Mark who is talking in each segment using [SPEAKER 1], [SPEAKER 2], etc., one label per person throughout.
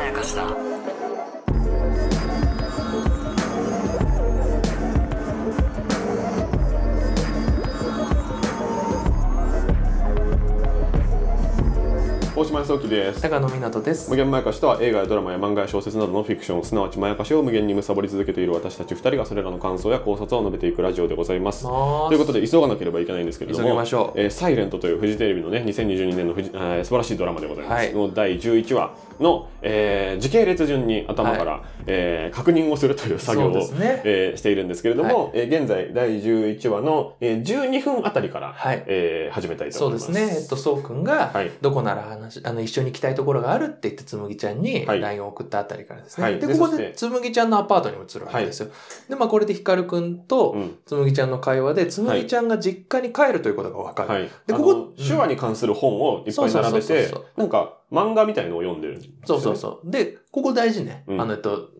[SPEAKER 1] やかしだ
[SPEAKER 2] 大島康之です
[SPEAKER 3] 長野湊です
[SPEAKER 2] 無限まやかしとは映画やドラマや漫画や小説などのフィクションすなわちまやかしを無限に貪り続けている私たち2人がそれらの感想や考察を述べていくラジオでございます。
[SPEAKER 3] ま
[SPEAKER 2] と
[SPEAKER 3] ー
[SPEAKER 2] い
[SPEAKER 3] す
[SPEAKER 2] うことで急がなければいけないんですけれども
[SPEAKER 3] 急ぎましょう
[SPEAKER 2] えーサイレントというフジテレビのね2022年のフジ、えー素晴らしいドラマでございます、
[SPEAKER 3] はい
[SPEAKER 2] の第11話の、えー時系列順に頭から、えー確認をするという作業を、
[SPEAKER 3] そうですね
[SPEAKER 2] えーしているんですけれども、えー現在第11話の、えー12分あたりから、
[SPEAKER 3] はい
[SPEAKER 2] えー始めたいと
[SPEAKER 3] そう
[SPEAKER 2] 思い
[SPEAKER 3] で
[SPEAKER 2] ます。
[SPEAKER 3] すねえっとそうくんが、
[SPEAKER 2] はい
[SPEAKER 3] どこなら話あの一緒に行きたいところがあるって言ってつむぎちゃんに
[SPEAKER 2] はい
[SPEAKER 3] LINE を送ったあたりからですね、
[SPEAKER 2] はい
[SPEAKER 3] で
[SPEAKER 2] で
[SPEAKER 3] ここ
[SPEAKER 2] そして
[SPEAKER 3] でつむぎちゃんのアパートに移るわけですよ、でまあこれでひかるくん
[SPEAKER 2] う
[SPEAKER 3] と
[SPEAKER 2] ん
[SPEAKER 3] つむぎちゃんの会話でつむぎちゃんが実家に帰るということが分かる、
[SPEAKER 2] はい、
[SPEAKER 3] で
[SPEAKER 2] で
[SPEAKER 3] こ
[SPEAKER 2] こ
[SPEAKER 3] こ
[SPEAKER 2] こ手話に関する本をいっぱい並べ
[SPEAKER 3] そうそうそう
[SPEAKER 2] て
[SPEAKER 3] そう
[SPEAKER 2] なんか漫画みたいのを読んでるんですよね、
[SPEAKER 3] そうそうそうでここ大事ね、
[SPEAKER 2] うん
[SPEAKER 3] あのえっと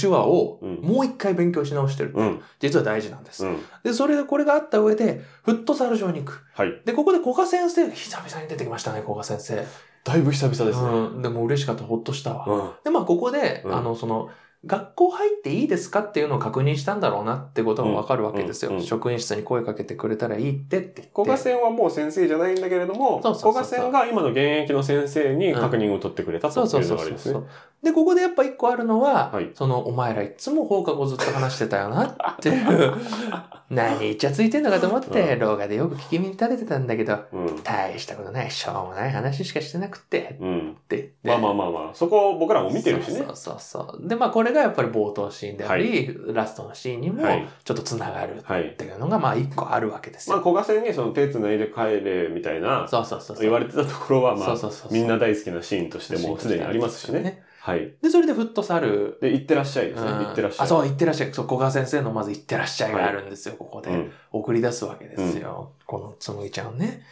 [SPEAKER 3] 手話を
[SPEAKER 2] うん
[SPEAKER 3] もう一回勉強し直してるって、
[SPEAKER 2] ん、
[SPEAKER 3] 実は大事なんです、
[SPEAKER 2] うん、
[SPEAKER 3] でそれでこれがあった上でフットサル場に行く
[SPEAKER 2] はい
[SPEAKER 3] でここで古賀先生久々に出てきましたね古賀先生
[SPEAKER 2] だいぶ久々ですね、
[SPEAKER 3] うん、でも嬉しかったほっとしたわ、
[SPEAKER 2] うん
[SPEAKER 3] でまあここで、
[SPEAKER 2] うん
[SPEAKER 3] あのその学校入っていいですかっていうのを確認したんだろうなってことがわかるわけですよ、
[SPEAKER 2] うんうん
[SPEAKER 3] 職員室に声かけてくれたらいいってって言って
[SPEAKER 2] 古賀先はもう先生じゃないんだけれども
[SPEAKER 3] そうそうそうそう
[SPEAKER 2] 古賀先が今の現役の先生に確認を取ってくれたと
[SPEAKER 3] そうそ
[SPEAKER 2] いうう
[SPEAKER 3] そ
[SPEAKER 2] の
[SPEAKER 3] う
[SPEAKER 2] があり
[SPEAKER 3] そう
[SPEAKER 2] ます
[SPEAKER 3] そ
[SPEAKER 2] ね。
[SPEAKER 3] うでここでやっぱ一個あるのは、
[SPEAKER 2] はい
[SPEAKER 3] そのお前らいつも放課後ずっと話してたよなっていう 何イチャついてんのかと思って、
[SPEAKER 2] うん
[SPEAKER 3] 廊下でよく聞き耳立ててたんだけど
[SPEAKER 2] うん
[SPEAKER 3] 大したことないしょうもない話しかしてなくて
[SPEAKER 2] うん、
[SPEAKER 3] って言って
[SPEAKER 2] まあまあまあまあそこを僕らも見てるしね
[SPEAKER 3] そうそうそうそうでまあこれがやっぱり冒頭シーンであり、ラストのシーンにも
[SPEAKER 2] はい
[SPEAKER 3] ちょっとつながるっ
[SPEAKER 2] はい
[SPEAKER 3] ていうのがまあ一個あるわけです
[SPEAKER 2] まあ
[SPEAKER 3] よ、
[SPEAKER 2] 古賀先にその手つないで帰れみたいな
[SPEAKER 3] そうそうそうそう
[SPEAKER 2] 言われてたところはま
[SPEAKER 3] そう
[SPEAKER 2] あ
[SPEAKER 3] そうそうそう
[SPEAKER 2] みんな大好きなシーンとしてもうすでにありますしねはい
[SPEAKER 3] でそれでフットサル
[SPEAKER 2] で「行ってらっしゃい」ですね「
[SPEAKER 3] うん
[SPEAKER 2] 行ってらっしゃい」
[SPEAKER 3] あそう「行ってらっしゃい」そう古賀先生のまず「行ってらっしゃい」があるんですよ、ここで、
[SPEAKER 2] うん
[SPEAKER 3] 送り出すわけですよ、このつむぎちゃんをね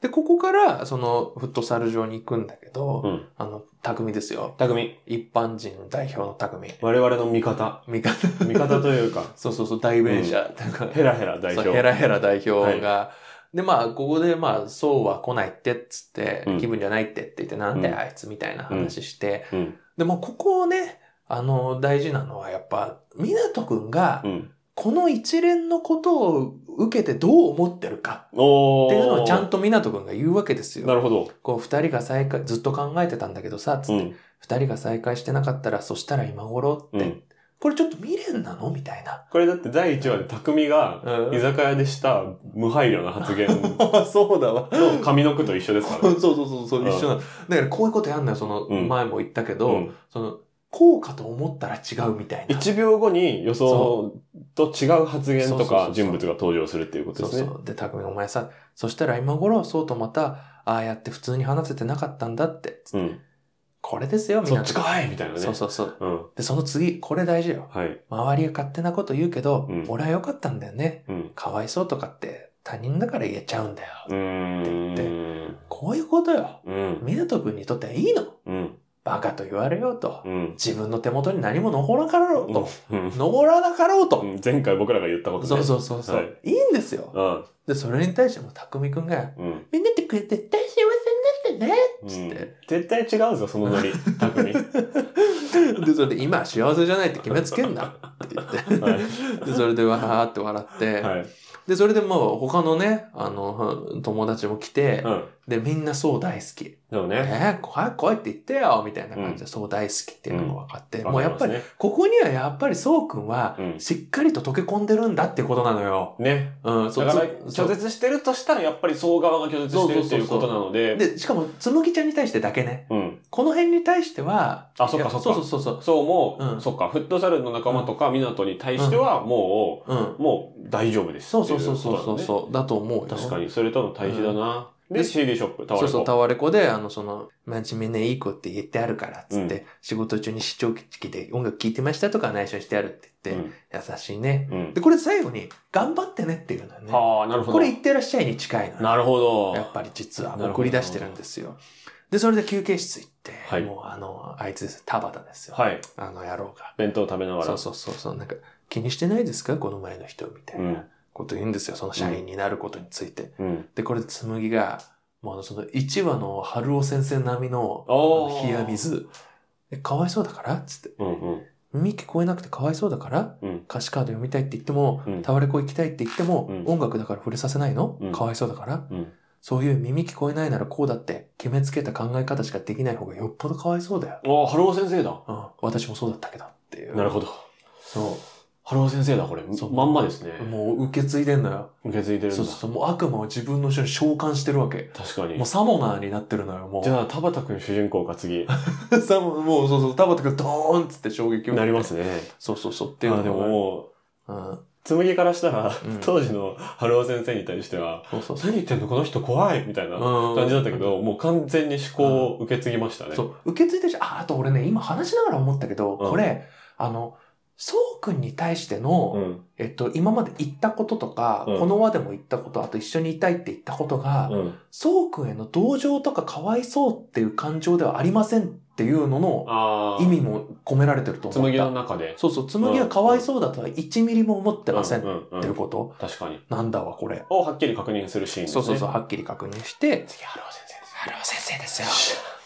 [SPEAKER 3] でここからそのフットサル場に行くんだけど、
[SPEAKER 2] うん
[SPEAKER 3] あの匠ですよ
[SPEAKER 2] 匠
[SPEAKER 3] 一般人代表の匠
[SPEAKER 2] 我々の味方
[SPEAKER 3] 味方
[SPEAKER 2] 味方というか
[SPEAKER 3] そうそうそう代弁者、なんか
[SPEAKER 2] ヘラヘラ代
[SPEAKER 3] そう
[SPEAKER 2] 表
[SPEAKER 3] ヘラヘラ代表が、でまあここでまあそうは来ないってっつって、
[SPEAKER 2] うん
[SPEAKER 3] 気分じゃないってって言ってなん
[SPEAKER 2] う
[SPEAKER 3] で
[SPEAKER 2] ん
[SPEAKER 3] あいつみたいな話して、
[SPEAKER 2] うん
[SPEAKER 3] でもここをねあの大事なのはやっぱ湊くんが
[SPEAKER 2] うん
[SPEAKER 3] この一連のことを受けてどう思ってるか
[SPEAKER 2] おー
[SPEAKER 3] っていうのをちゃんと湊くんが言うわけです
[SPEAKER 2] な
[SPEAKER 3] よ。
[SPEAKER 2] るほど
[SPEAKER 3] こう二人が再会ずっと考えてたんだけどさつって、
[SPEAKER 2] うん
[SPEAKER 3] 二人が再会してなかったらそしたら今頃って、
[SPEAKER 2] うん
[SPEAKER 3] これちょっと未練なのみたいな。
[SPEAKER 2] これだって第1話で匠が
[SPEAKER 3] うん
[SPEAKER 2] 居酒屋でした無配慮な発言
[SPEAKER 3] そうだわ。
[SPEAKER 2] の上の句と一緒ですか
[SPEAKER 3] そ
[SPEAKER 2] ら
[SPEAKER 3] う
[SPEAKER 2] ね。
[SPEAKER 3] そうそうそう、
[SPEAKER 2] うん
[SPEAKER 3] 一緒なの。だからこういうことやんのよ、その、
[SPEAKER 2] うん
[SPEAKER 3] 前も言ったけ
[SPEAKER 2] う
[SPEAKER 3] ど、
[SPEAKER 2] ん
[SPEAKER 3] その、こうかと思ったら違うみたいな。
[SPEAKER 2] 1秒後に予想と違う発言と
[SPEAKER 3] そ
[SPEAKER 2] か
[SPEAKER 3] うそうそうそう
[SPEAKER 2] 人物が登場するっていうこと
[SPEAKER 3] そう
[SPEAKER 2] です
[SPEAKER 3] そ
[SPEAKER 2] ね。
[SPEAKER 3] う。で、たくみお前さ、そしたら今頃はそうとまた、ああやって普通に話せてなかったんだって。
[SPEAKER 2] うん
[SPEAKER 3] これですよ、みん
[SPEAKER 2] そ
[SPEAKER 3] な。
[SPEAKER 2] っちかいみたいなね。
[SPEAKER 3] そうそうそう。
[SPEAKER 2] うん
[SPEAKER 3] で、その次、これ大事よ。
[SPEAKER 2] はい。
[SPEAKER 3] 周りが勝手なこと言うけど、
[SPEAKER 2] うん
[SPEAKER 3] 俺は良かったんだよね。
[SPEAKER 2] うん
[SPEAKER 3] かわいそうとかって他人だから言えちゃうんだよ。
[SPEAKER 2] うーん。
[SPEAKER 3] こういうことよ。
[SPEAKER 2] うん。
[SPEAKER 3] 湊斗君にとってはいいの。
[SPEAKER 2] うん。
[SPEAKER 3] バカと言われようと。
[SPEAKER 2] うん。
[SPEAKER 3] 自分の手元に何も残らなかろうと。
[SPEAKER 2] うん
[SPEAKER 3] 登らなかろう
[SPEAKER 2] う
[SPEAKER 3] と。
[SPEAKER 2] ん前回僕らが言ったことね
[SPEAKER 3] そうそうそうそう、。
[SPEAKER 2] はい
[SPEAKER 3] いんですよ。
[SPEAKER 2] うん。
[SPEAKER 3] で、それに対しても、たくみくんが、
[SPEAKER 2] うん。
[SPEAKER 3] みんなってくれて大幸せになっ
[SPEAKER 2] うん
[SPEAKER 3] て
[SPEAKER 2] 絶対違うぞ、その ノリ。匠。は
[SPEAKER 3] て ね。で、それで、今は幸せじゃないって決めつけんな。って言って。で、それで、わーって笑って。
[SPEAKER 2] い。はい。
[SPEAKER 3] で、それでもう、他のね、あの、友達も来て、
[SPEAKER 2] うん。
[SPEAKER 3] で、みんなそう大好き。
[SPEAKER 2] そう
[SPEAKER 3] え
[SPEAKER 2] ね。
[SPEAKER 3] ー、怖い怖いって言ってよみたいな感じで、そう大好きっていうのが分かって、もうやっぱり、
[SPEAKER 2] わか
[SPEAKER 3] ここにはやっぱりそうくんは
[SPEAKER 2] う、ん
[SPEAKER 3] しっかりと溶け込んでるんだってことなのよ。
[SPEAKER 2] りますね。ね。
[SPEAKER 3] うん、そう
[SPEAKER 2] だから
[SPEAKER 3] つ
[SPEAKER 2] 拒絶してるとしたらやっぱり総側が拒絶してるっていうことなので
[SPEAKER 3] で、しかも、つむぎちゃんに対してだけね。
[SPEAKER 2] うん、
[SPEAKER 3] この辺に対しては、
[SPEAKER 2] あそっ
[SPEAKER 3] い
[SPEAKER 2] か
[SPEAKER 3] や
[SPEAKER 2] そっか
[SPEAKER 3] そうそうそうそう。
[SPEAKER 2] そう思う、
[SPEAKER 3] うん
[SPEAKER 2] そっかフットサルの仲間とか湊に対してはも
[SPEAKER 3] うん
[SPEAKER 2] う、。もう大丈夫です
[SPEAKER 3] そう
[SPEAKER 2] ってい
[SPEAKER 3] そう
[SPEAKER 2] う
[SPEAKER 3] そう
[SPEAKER 2] こと
[SPEAKER 3] そ
[SPEAKER 2] なの
[SPEAKER 3] うそう
[SPEAKER 2] ね
[SPEAKER 3] そう、だと思うよ。
[SPEAKER 2] 確かにそれとの対比だな、
[SPEAKER 3] うん
[SPEAKER 2] で
[SPEAKER 3] で
[SPEAKER 2] CD ショップタワ
[SPEAKER 3] そ
[SPEAKER 2] レ
[SPEAKER 3] うそう、
[SPEAKER 2] コ
[SPEAKER 3] タワレコで、あの、その、真面目ねいい子って言ってあるから、つって、
[SPEAKER 2] う
[SPEAKER 3] 仕事中に視聴機で音楽聴いてましたとかは内緒にしてあるって言って、優しいね。
[SPEAKER 2] うんうん
[SPEAKER 3] で、これ最後に、頑張ってねっていうのよね。
[SPEAKER 2] はあなるほど
[SPEAKER 3] これ言ってらっしゃいに近いのよ
[SPEAKER 2] なるほど
[SPEAKER 3] やっぱり実は
[SPEAKER 2] なるほど
[SPEAKER 3] 送り出してるんですよ。で、それで休憩室行って、
[SPEAKER 2] はい
[SPEAKER 3] もうあの、あいつです、田畑ですよ。
[SPEAKER 2] はい
[SPEAKER 3] あの野郎が。
[SPEAKER 2] 弁当食べながら
[SPEAKER 3] そうそうそうそう、なんか、気にしてないですかこの前の人みたい
[SPEAKER 2] うん
[SPEAKER 3] なこと言うんですよ。その社員になることについて。
[SPEAKER 2] うん
[SPEAKER 3] で、これで紬が、もうあの、その1話の春尾先生並みの、あ
[SPEAKER 2] お
[SPEAKER 3] の冷や水。え、かわいそうだからつって。
[SPEAKER 2] うんうん。
[SPEAKER 3] 耳聞こえなくてかわいそうだから、
[SPEAKER 2] うん
[SPEAKER 3] 歌詞カード読みたいって言っても、
[SPEAKER 2] うん
[SPEAKER 3] タワレコ行きたいって言っても、
[SPEAKER 2] うん
[SPEAKER 3] 音楽だから触れさせないの、
[SPEAKER 2] うん
[SPEAKER 3] かわいそうだから、
[SPEAKER 2] うん
[SPEAKER 3] そういう耳聞こえないならこうだって決めつけた考え方しかできない方がよっぽどかわいそうだよ。
[SPEAKER 2] ああ、ハロー先生だ。
[SPEAKER 3] うん、私もそうだったけどっていう。
[SPEAKER 2] なるほど。
[SPEAKER 3] そ
[SPEAKER 2] ハロー先生だ、これ。
[SPEAKER 3] そう
[SPEAKER 2] まんまですね
[SPEAKER 3] う。。もう受け継いでんのよ。
[SPEAKER 2] 受け継いでるん
[SPEAKER 3] そ
[SPEAKER 2] だ
[SPEAKER 3] うそう。そう。もう悪魔を自分の後ろに召喚してるわけ。
[SPEAKER 2] 確か
[SPEAKER 3] も
[SPEAKER 2] に
[SPEAKER 3] う。サモナーになってるのよ、もう。
[SPEAKER 2] じゃあ、田畑くん主人公か 次。
[SPEAKER 3] サモもうそうそう、タバタがドーンっつって衝撃を。
[SPEAKER 2] なりま。すね。
[SPEAKER 3] そうそうそう。っていう
[SPEAKER 2] あ
[SPEAKER 3] の
[SPEAKER 2] あ、でも
[SPEAKER 3] も、
[SPEAKER 2] もう、
[SPEAKER 3] うん。
[SPEAKER 2] 紬からしたら
[SPEAKER 3] うん、
[SPEAKER 2] 当時のハロー先生に対しては、
[SPEAKER 3] そうそうそう。
[SPEAKER 2] 何言ってんのこの人怖いみたいな感じだったけど、もう完全に思考を受け継ぎましたね。
[SPEAKER 3] そう、受け継いでるし、あ、あと俺ね、今話しながら思ったけど、
[SPEAKER 2] うん
[SPEAKER 3] これ、あの、そうくんに対して
[SPEAKER 2] う
[SPEAKER 3] の、
[SPEAKER 2] ん。
[SPEAKER 3] えっと、今まで言ったこととか、
[SPEAKER 2] うん
[SPEAKER 3] この輪でも言ったこと、あと一緒にいたいって言ったことが、
[SPEAKER 2] うん。
[SPEAKER 3] そうくんへの同情とかかわいそうっていう感情ではありませんっていうのの
[SPEAKER 2] ああ。
[SPEAKER 3] 意味も込められてると思っ
[SPEAKER 2] 紬の
[SPEAKER 3] た。
[SPEAKER 2] 中で。
[SPEAKER 3] そうそう、紬はかわいそうだとは1ミリも思ってませんっ
[SPEAKER 2] うんうん
[SPEAKER 3] ていう
[SPEAKER 2] うん
[SPEAKER 3] こと
[SPEAKER 2] 確かに。
[SPEAKER 3] なんだわ、これ。
[SPEAKER 2] をはっきり確認するシーンです
[SPEAKER 3] そ
[SPEAKER 2] ね。
[SPEAKER 3] うそうそう、。はっきり確認して、
[SPEAKER 2] 次、ハロー先生です。
[SPEAKER 3] ハロー先生ですよ。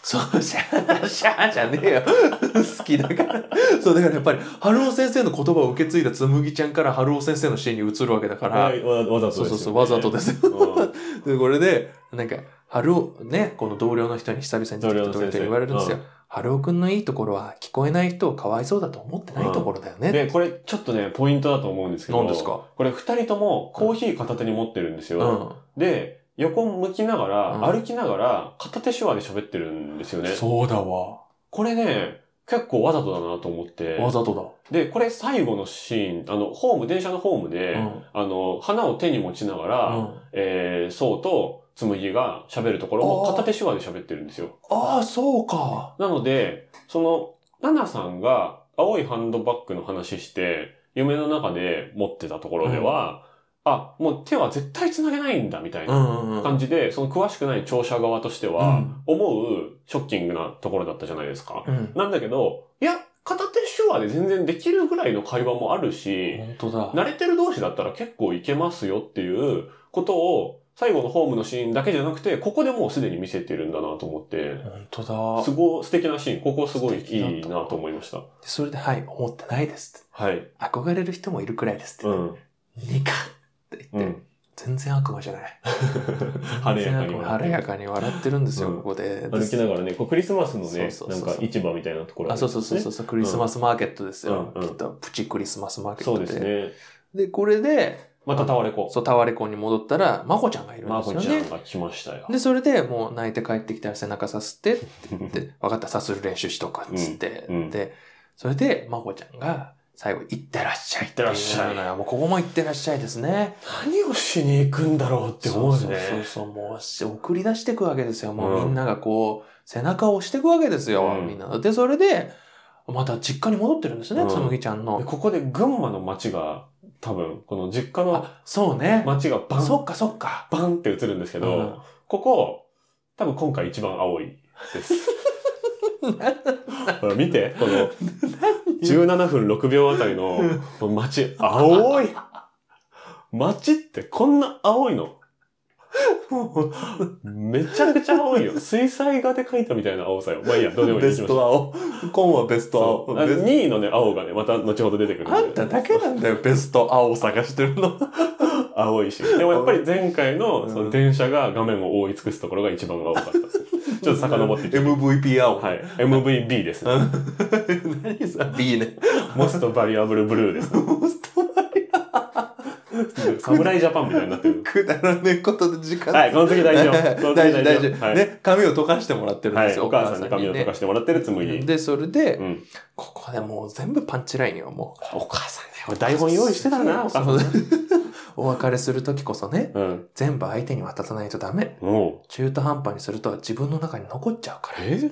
[SPEAKER 3] そう、シャー、シャーじゃねえよ。好きだから。そう、だからやっぱり、ハロー先生の言葉を受け継いだつむぎちゃんからハロー先生のシーンに移るわけだから、
[SPEAKER 2] はいわわざとですよ
[SPEAKER 3] そ
[SPEAKER 2] ね
[SPEAKER 3] うそうそう、わざとですよ。
[SPEAKER 2] うん
[SPEAKER 3] で、これで、なんか、ハロー、ね、この同僚の人に久々に
[SPEAKER 2] 同僚
[SPEAKER 3] っ
[SPEAKER 2] の
[SPEAKER 3] て
[SPEAKER 2] 先
[SPEAKER 3] 言
[SPEAKER 2] 生
[SPEAKER 3] って言われるんですよ。ハローくんのいいところは、聞こえない人をかわいそうだと思ってないところだよね。
[SPEAKER 2] で、これちょっとね、ポイントだと思うんですけど。
[SPEAKER 3] 何ですか
[SPEAKER 2] これ二人ともコーヒー片手に持ってるんです
[SPEAKER 3] う
[SPEAKER 2] よ。
[SPEAKER 3] ん。
[SPEAKER 2] で、横向きながら、
[SPEAKER 3] うん
[SPEAKER 2] 歩きながら、片手手話で喋ってるんですよね。
[SPEAKER 3] そうだわ。
[SPEAKER 2] これね、結構わざとだなと思って。
[SPEAKER 3] わざと
[SPEAKER 2] で、これ最後のシーン、あの、ホーム、電車のホームで、
[SPEAKER 3] だ。うん。
[SPEAKER 2] あの、花を手に持ちながら、
[SPEAKER 3] うん
[SPEAKER 2] えー、そうと、つむぎが喋るところ
[SPEAKER 3] あ
[SPEAKER 2] も
[SPEAKER 3] ー
[SPEAKER 2] 片手手話で喋ってるんですよ。
[SPEAKER 3] ああ、そうか。
[SPEAKER 2] なので、その、ナナさんが青いハンドバッグの話して、夢の中で持ってたところでは、あ、もう手は絶対繋げないんだ、みたいな
[SPEAKER 3] うんうんうん。
[SPEAKER 2] 感じで、その詳しくない聴者側として
[SPEAKER 3] う
[SPEAKER 2] は
[SPEAKER 3] ん、
[SPEAKER 2] 思うショッキングなところだったじゃないですか。
[SPEAKER 3] うん。
[SPEAKER 2] なんだけど、いや、片手手話で全然できるぐらいの会話もあるし、
[SPEAKER 3] 本当だ。
[SPEAKER 2] 慣れてる同士だったら結構いけますよっていうことを、最後のホームのシーンだけじゃなくて、ここでもうすでに見せてるんだなと思って、
[SPEAKER 3] 本当だ。
[SPEAKER 2] すごい素敵なシーン、ここすごい
[SPEAKER 3] 素敵だった
[SPEAKER 2] いいなと思いました。
[SPEAKER 3] でそれで、はい、思ってないですって。
[SPEAKER 2] はい。
[SPEAKER 3] 憧れる人もいるくらいですって。
[SPEAKER 2] うん。
[SPEAKER 3] にかって
[SPEAKER 2] う
[SPEAKER 3] 言って、
[SPEAKER 2] ん。
[SPEAKER 3] 全然悪魔じゃない。
[SPEAKER 2] 晴れやかに
[SPEAKER 3] 全然悪魔晴れやかに笑ってるんですよ、
[SPEAKER 2] うん
[SPEAKER 3] ここで。
[SPEAKER 2] 歩きながらね、こうクリスマスのね
[SPEAKER 3] そ、うそ
[SPEAKER 2] な
[SPEAKER 3] うそ
[SPEAKER 2] ん
[SPEAKER 3] うそう
[SPEAKER 2] か市場みたいなところ。
[SPEAKER 3] あ、そうそうそうそううそう、クリスマスマーケットですよ。
[SPEAKER 2] うんうん
[SPEAKER 3] きっと、プチクリスマスマーケッ
[SPEAKER 2] そう
[SPEAKER 3] ト
[SPEAKER 2] で
[SPEAKER 3] で。
[SPEAKER 2] すね。
[SPEAKER 3] でこれで、
[SPEAKER 2] またタワレコ。
[SPEAKER 3] そう、タワレコに戻ったら、まこちゃんがいるん
[SPEAKER 2] マー
[SPEAKER 3] です
[SPEAKER 2] コ
[SPEAKER 3] よ
[SPEAKER 2] ちゃん
[SPEAKER 3] ね。
[SPEAKER 2] が来ましたよ。
[SPEAKER 3] で、それでもう泣いて帰ってきたら背中さすって、 って、分かった、さする練習しとく、つって、
[SPEAKER 2] うんうん
[SPEAKER 3] で、それで、まこちゃんが、最後、行ってらっしゃいっていうのが。
[SPEAKER 2] 行ってらっしゃ
[SPEAKER 3] もうここも行ってらっしゃいですね。
[SPEAKER 2] 何をしに行くんだろうって思う
[SPEAKER 3] そうそう
[SPEAKER 2] ね。
[SPEAKER 3] そうそう、もうし送り出していくわけですよ。もう
[SPEAKER 2] うん
[SPEAKER 3] みんながこう、背中を押していくわけですよ、
[SPEAKER 2] うん
[SPEAKER 3] みんな。で、それで、また実家に戻ってるんですね、
[SPEAKER 2] うん
[SPEAKER 3] つむぎちゃん
[SPEAKER 2] で
[SPEAKER 3] の。
[SPEAKER 2] ここで群馬の街が、多分、この実家の
[SPEAKER 3] あ、そうね。
[SPEAKER 2] 街がバン
[SPEAKER 3] そっかそっか。
[SPEAKER 2] バンって映るんですけど、
[SPEAKER 3] うん
[SPEAKER 2] ここ、多分今回一番青い です。ほら見て、この17分6秒あたりのこの街、青い街ってこんな青いのめちゃくちゃ青いよ。水彩画で描いたみたいな青さよ。まあいいや、どうでもいい。行きましょう
[SPEAKER 3] 青。コンはベス
[SPEAKER 2] そうあ
[SPEAKER 3] ベスト
[SPEAKER 2] 2位のね、青がね、また後ほど出てくるで
[SPEAKER 3] あんただけなんだよ、ベスト青を探してるの。
[SPEAKER 2] 青いし。でもやっぱり前回の
[SPEAKER 3] うん
[SPEAKER 2] その電車が画面を覆い尽くすところが一番青 かった。ちょっと遡ってきて。
[SPEAKER 3] MVP 青。
[SPEAKER 2] はい。MVB ですね。
[SPEAKER 3] 何さ、B ね。
[SPEAKER 2] モストバリアブルブルーですね。
[SPEAKER 3] モストバリ
[SPEAKER 2] 侍ジャパンみたいになって る。
[SPEAKER 3] くだらねえことで時間
[SPEAKER 2] はい、この次大丈夫。この次
[SPEAKER 3] 大事大事、
[SPEAKER 2] はい。
[SPEAKER 3] ね、髪を溶かしてもらってるん
[SPEAKER 2] は
[SPEAKER 3] です
[SPEAKER 2] い、
[SPEAKER 3] よ。
[SPEAKER 2] お母さんに髪を溶か
[SPEAKER 3] し
[SPEAKER 2] してもらってるつむぎ。
[SPEAKER 3] で、それで、
[SPEAKER 2] うん
[SPEAKER 3] ここでもう全部パンチラインよ、もう。
[SPEAKER 2] お母さんね、俺台本用意してたな、お母さん。
[SPEAKER 3] お別れする時こそね、
[SPEAKER 2] うん。
[SPEAKER 3] 全部相手に渡さないとダメ。
[SPEAKER 2] も
[SPEAKER 3] 中途半端にすると自分の中に残っちゃうか
[SPEAKER 2] う、
[SPEAKER 3] ら。
[SPEAKER 2] え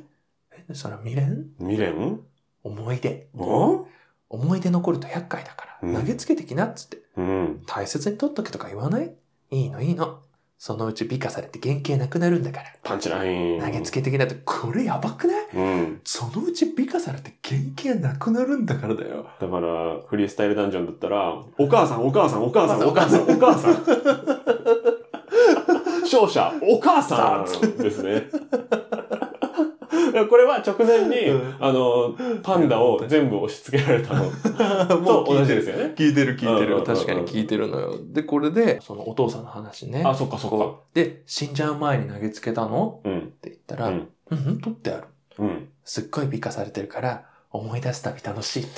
[SPEAKER 3] えそれは未練
[SPEAKER 2] 未練
[SPEAKER 3] 思い出。
[SPEAKER 2] お
[SPEAKER 3] 思い出残ると厄介だから、
[SPEAKER 2] うん
[SPEAKER 3] 投げつけてきなっつって。
[SPEAKER 2] うん。
[SPEAKER 3] 大切に取っとけとか言わないいいのいいの。そのうち美化されて原型なくなるんだから。
[SPEAKER 2] パンチライン。
[SPEAKER 3] 投げつけてきなって、これやばくない
[SPEAKER 2] うん。
[SPEAKER 3] そのうち美化されて原型なくなるんだからだ よ。
[SPEAKER 2] だから、フリースタイルダンジョンだったら、お母さん、お母さん、お母さん、お
[SPEAKER 3] お
[SPEAKER 2] 母
[SPEAKER 3] 母
[SPEAKER 2] さ
[SPEAKER 3] さ
[SPEAKER 2] ん、
[SPEAKER 3] ん
[SPEAKER 2] お母さ ん。勝者、お母さんですね。から これは直前に、
[SPEAKER 3] うん
[SPEAKER 2] あの、パンダを全部押し付けられたのと同じですよね。
[SPEAKER 3] 聞いてる聞いて
[SPEAKER 2] うんうんうんう
[SPEAKER 3] る。
[SPEAKER 2] ん
[SPEAKER 3] 確かに聞いてるのよ。で、これで、そのお父さんの話ね。
[SPEAKER 2] あ、そっかそっか。
[SPEAKER 3] こうで、死んじゃう前に投げつけたの
[SPEAKER 2] うん。
[SPEAKER 3] って言ったら、
[SPEAKER 2] う
[SPEAKER 3] うんん、うん、取ってある。
[SPEAKER 2] うん。
[SPEAKER 3] すっごい美化されてるから、思い出すたび楽しいって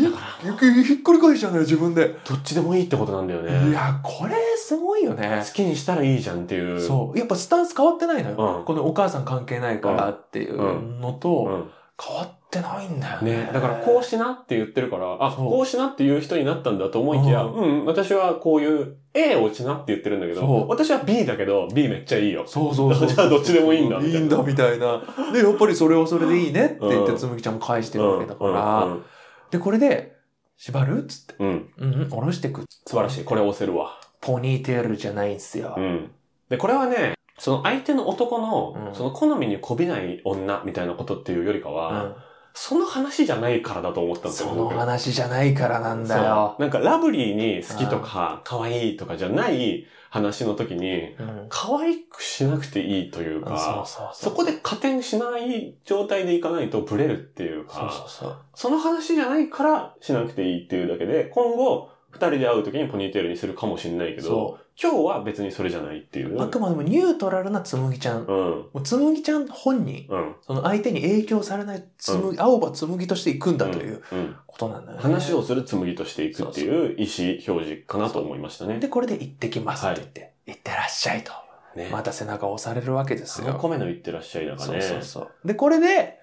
[SPEAKER 2] だ
[SPEAKER 3] 言って。
[SPEAKER 2] か
[SPEAKER 3] ひっくり返しちゃうのよ、自分
[SPEAKER 2] ら、
[SPEAKER 3] で。
[SPEAKER 2] どっちでもいいってことなんだよ
[SPEAKER 3] い
[SPEAKER 2] ね。
[SPEAKER 3] や、これすごいよね
[SPEAKER 2] 好。きにしたらいいじゃんっていう。
[SPEAKER 3] そう。やっぱスタンス変わってないのよ。
[SPEAKER 2] う
[SPEAKER 3] このお母さん関係ないからっていうの
[SPEAKER 2] ん。う
[SPEAKER 3] と、
[SPEAKER 2] ん。
[SPEAKER 3] 変わってないんだよね。
[SPEAKER 2] ね、だからこうしなって言ってるから、あ、
[SPEAKER 3] そう
[SPEAKER 2] こうしなっていう人になったんだと思いきや、
[SPEAKER 3] うん
[SPEAKER 2] うん、私はこういう A をしなって言ってるんだけ
[SPEAKER 3] そ
[SPEAKER 2] ど、
[SPEAKER 3] う
[SPEAKER 2] 私は B だけど、B めっちゃいいよ。
[SPEAKER 3] そうそう そう。
[SPEAKER 2] じゃあどっちでもいいんだみ
[SPEAKER 3] い
[SPEAKER 2] たいない
[SPEAKER 3] んだみたいな。で、やっぱりそれはそれでいいねって言っ
[SPEAKER 2] うん
[SPEAKER 3] て、つむぎちゃんも返してるわけだか
[SPEAKER 2] う
[SPEAKER 3] ら。
[SPEAKER 2] ん
[SPEAKER 3] で、これで、縛るっつって。
[SPEAKER 2] うんうん。
[SPEAKER 3] うんうん、下ろしてく。
[SPEAKER 2] 素晴らしい。これ押せるわ。
[SPEAKER 3] ポニーテールじゃないんすよ
[SPEAKER 2] う。ん。で、これはね、その相手の男の、
[SPEAKER 3] うん
[SPEAKER 2] その好みにこびない女みたいなことっていうよりかは、その話じゃないからだと思った
[SPEAKER 3] うんん
[SPEAKER 2] ですよ、
[SPEAKER 3] そ
[SPEAKER 2] 僕
[SPEAKER 3] の話じゃないからなんだよ
[SPEAKER 2] そう。なんかラブリーに好きとか、可愛いとかじゃない話の時に、
[SPEAKER 3] うん。
[SPEAKER 2] 可愛くしなくていいというか、
[SPEAKER 3] そうそうそう。
[SPEAKER 2] そこで加点しない状態でいかないとブレるっていう
[SPEAKER 3] そう
[SPEAKER 2] か、
[SPEAKER 3] そうそう。
[SPEAKER 2] その話じゃないからしなくていいっていうだけで、今後、二人で会う時にポニーテールにするかもしれないけど、
[SPEAKER 3] そ
[SPEAKER 2] 今日は別にそれじゃないっていう。
[SPEAKER 3] う。あくまでもニュートラルなつむぎちゃん。
[SPEAKER 2] うん。
[SPEAKER 3] もうつむぎちゃん本人、
[SPEAKER 2] うん。
[SPEAKER 3] その相手に影響されないつむぎ、青葉つむぎとしていくんだという
[SPEAKER 2] うん。うん
[SPEAKER 3] ことなんだよね。
[SPEAKER 2] 話をする紡ぎとしていくっていう意思表示かなと思いましたね。
[SPEAKER 3] で、これで行ってきますって言って、行ってらっしゃいと。
[SPEAKER 2] ね。
[SPEAKER 3] また背中を押されるわけです
[SPEAKER 2] 3
[SPEAKER 3] よ。
[SPEAKER 2] 個目の言ってらっしゃいだから
[SPEAKER 3] そう
[SPEAKER 2] ね。
[SPEAKER 3] そうそう。で、これで、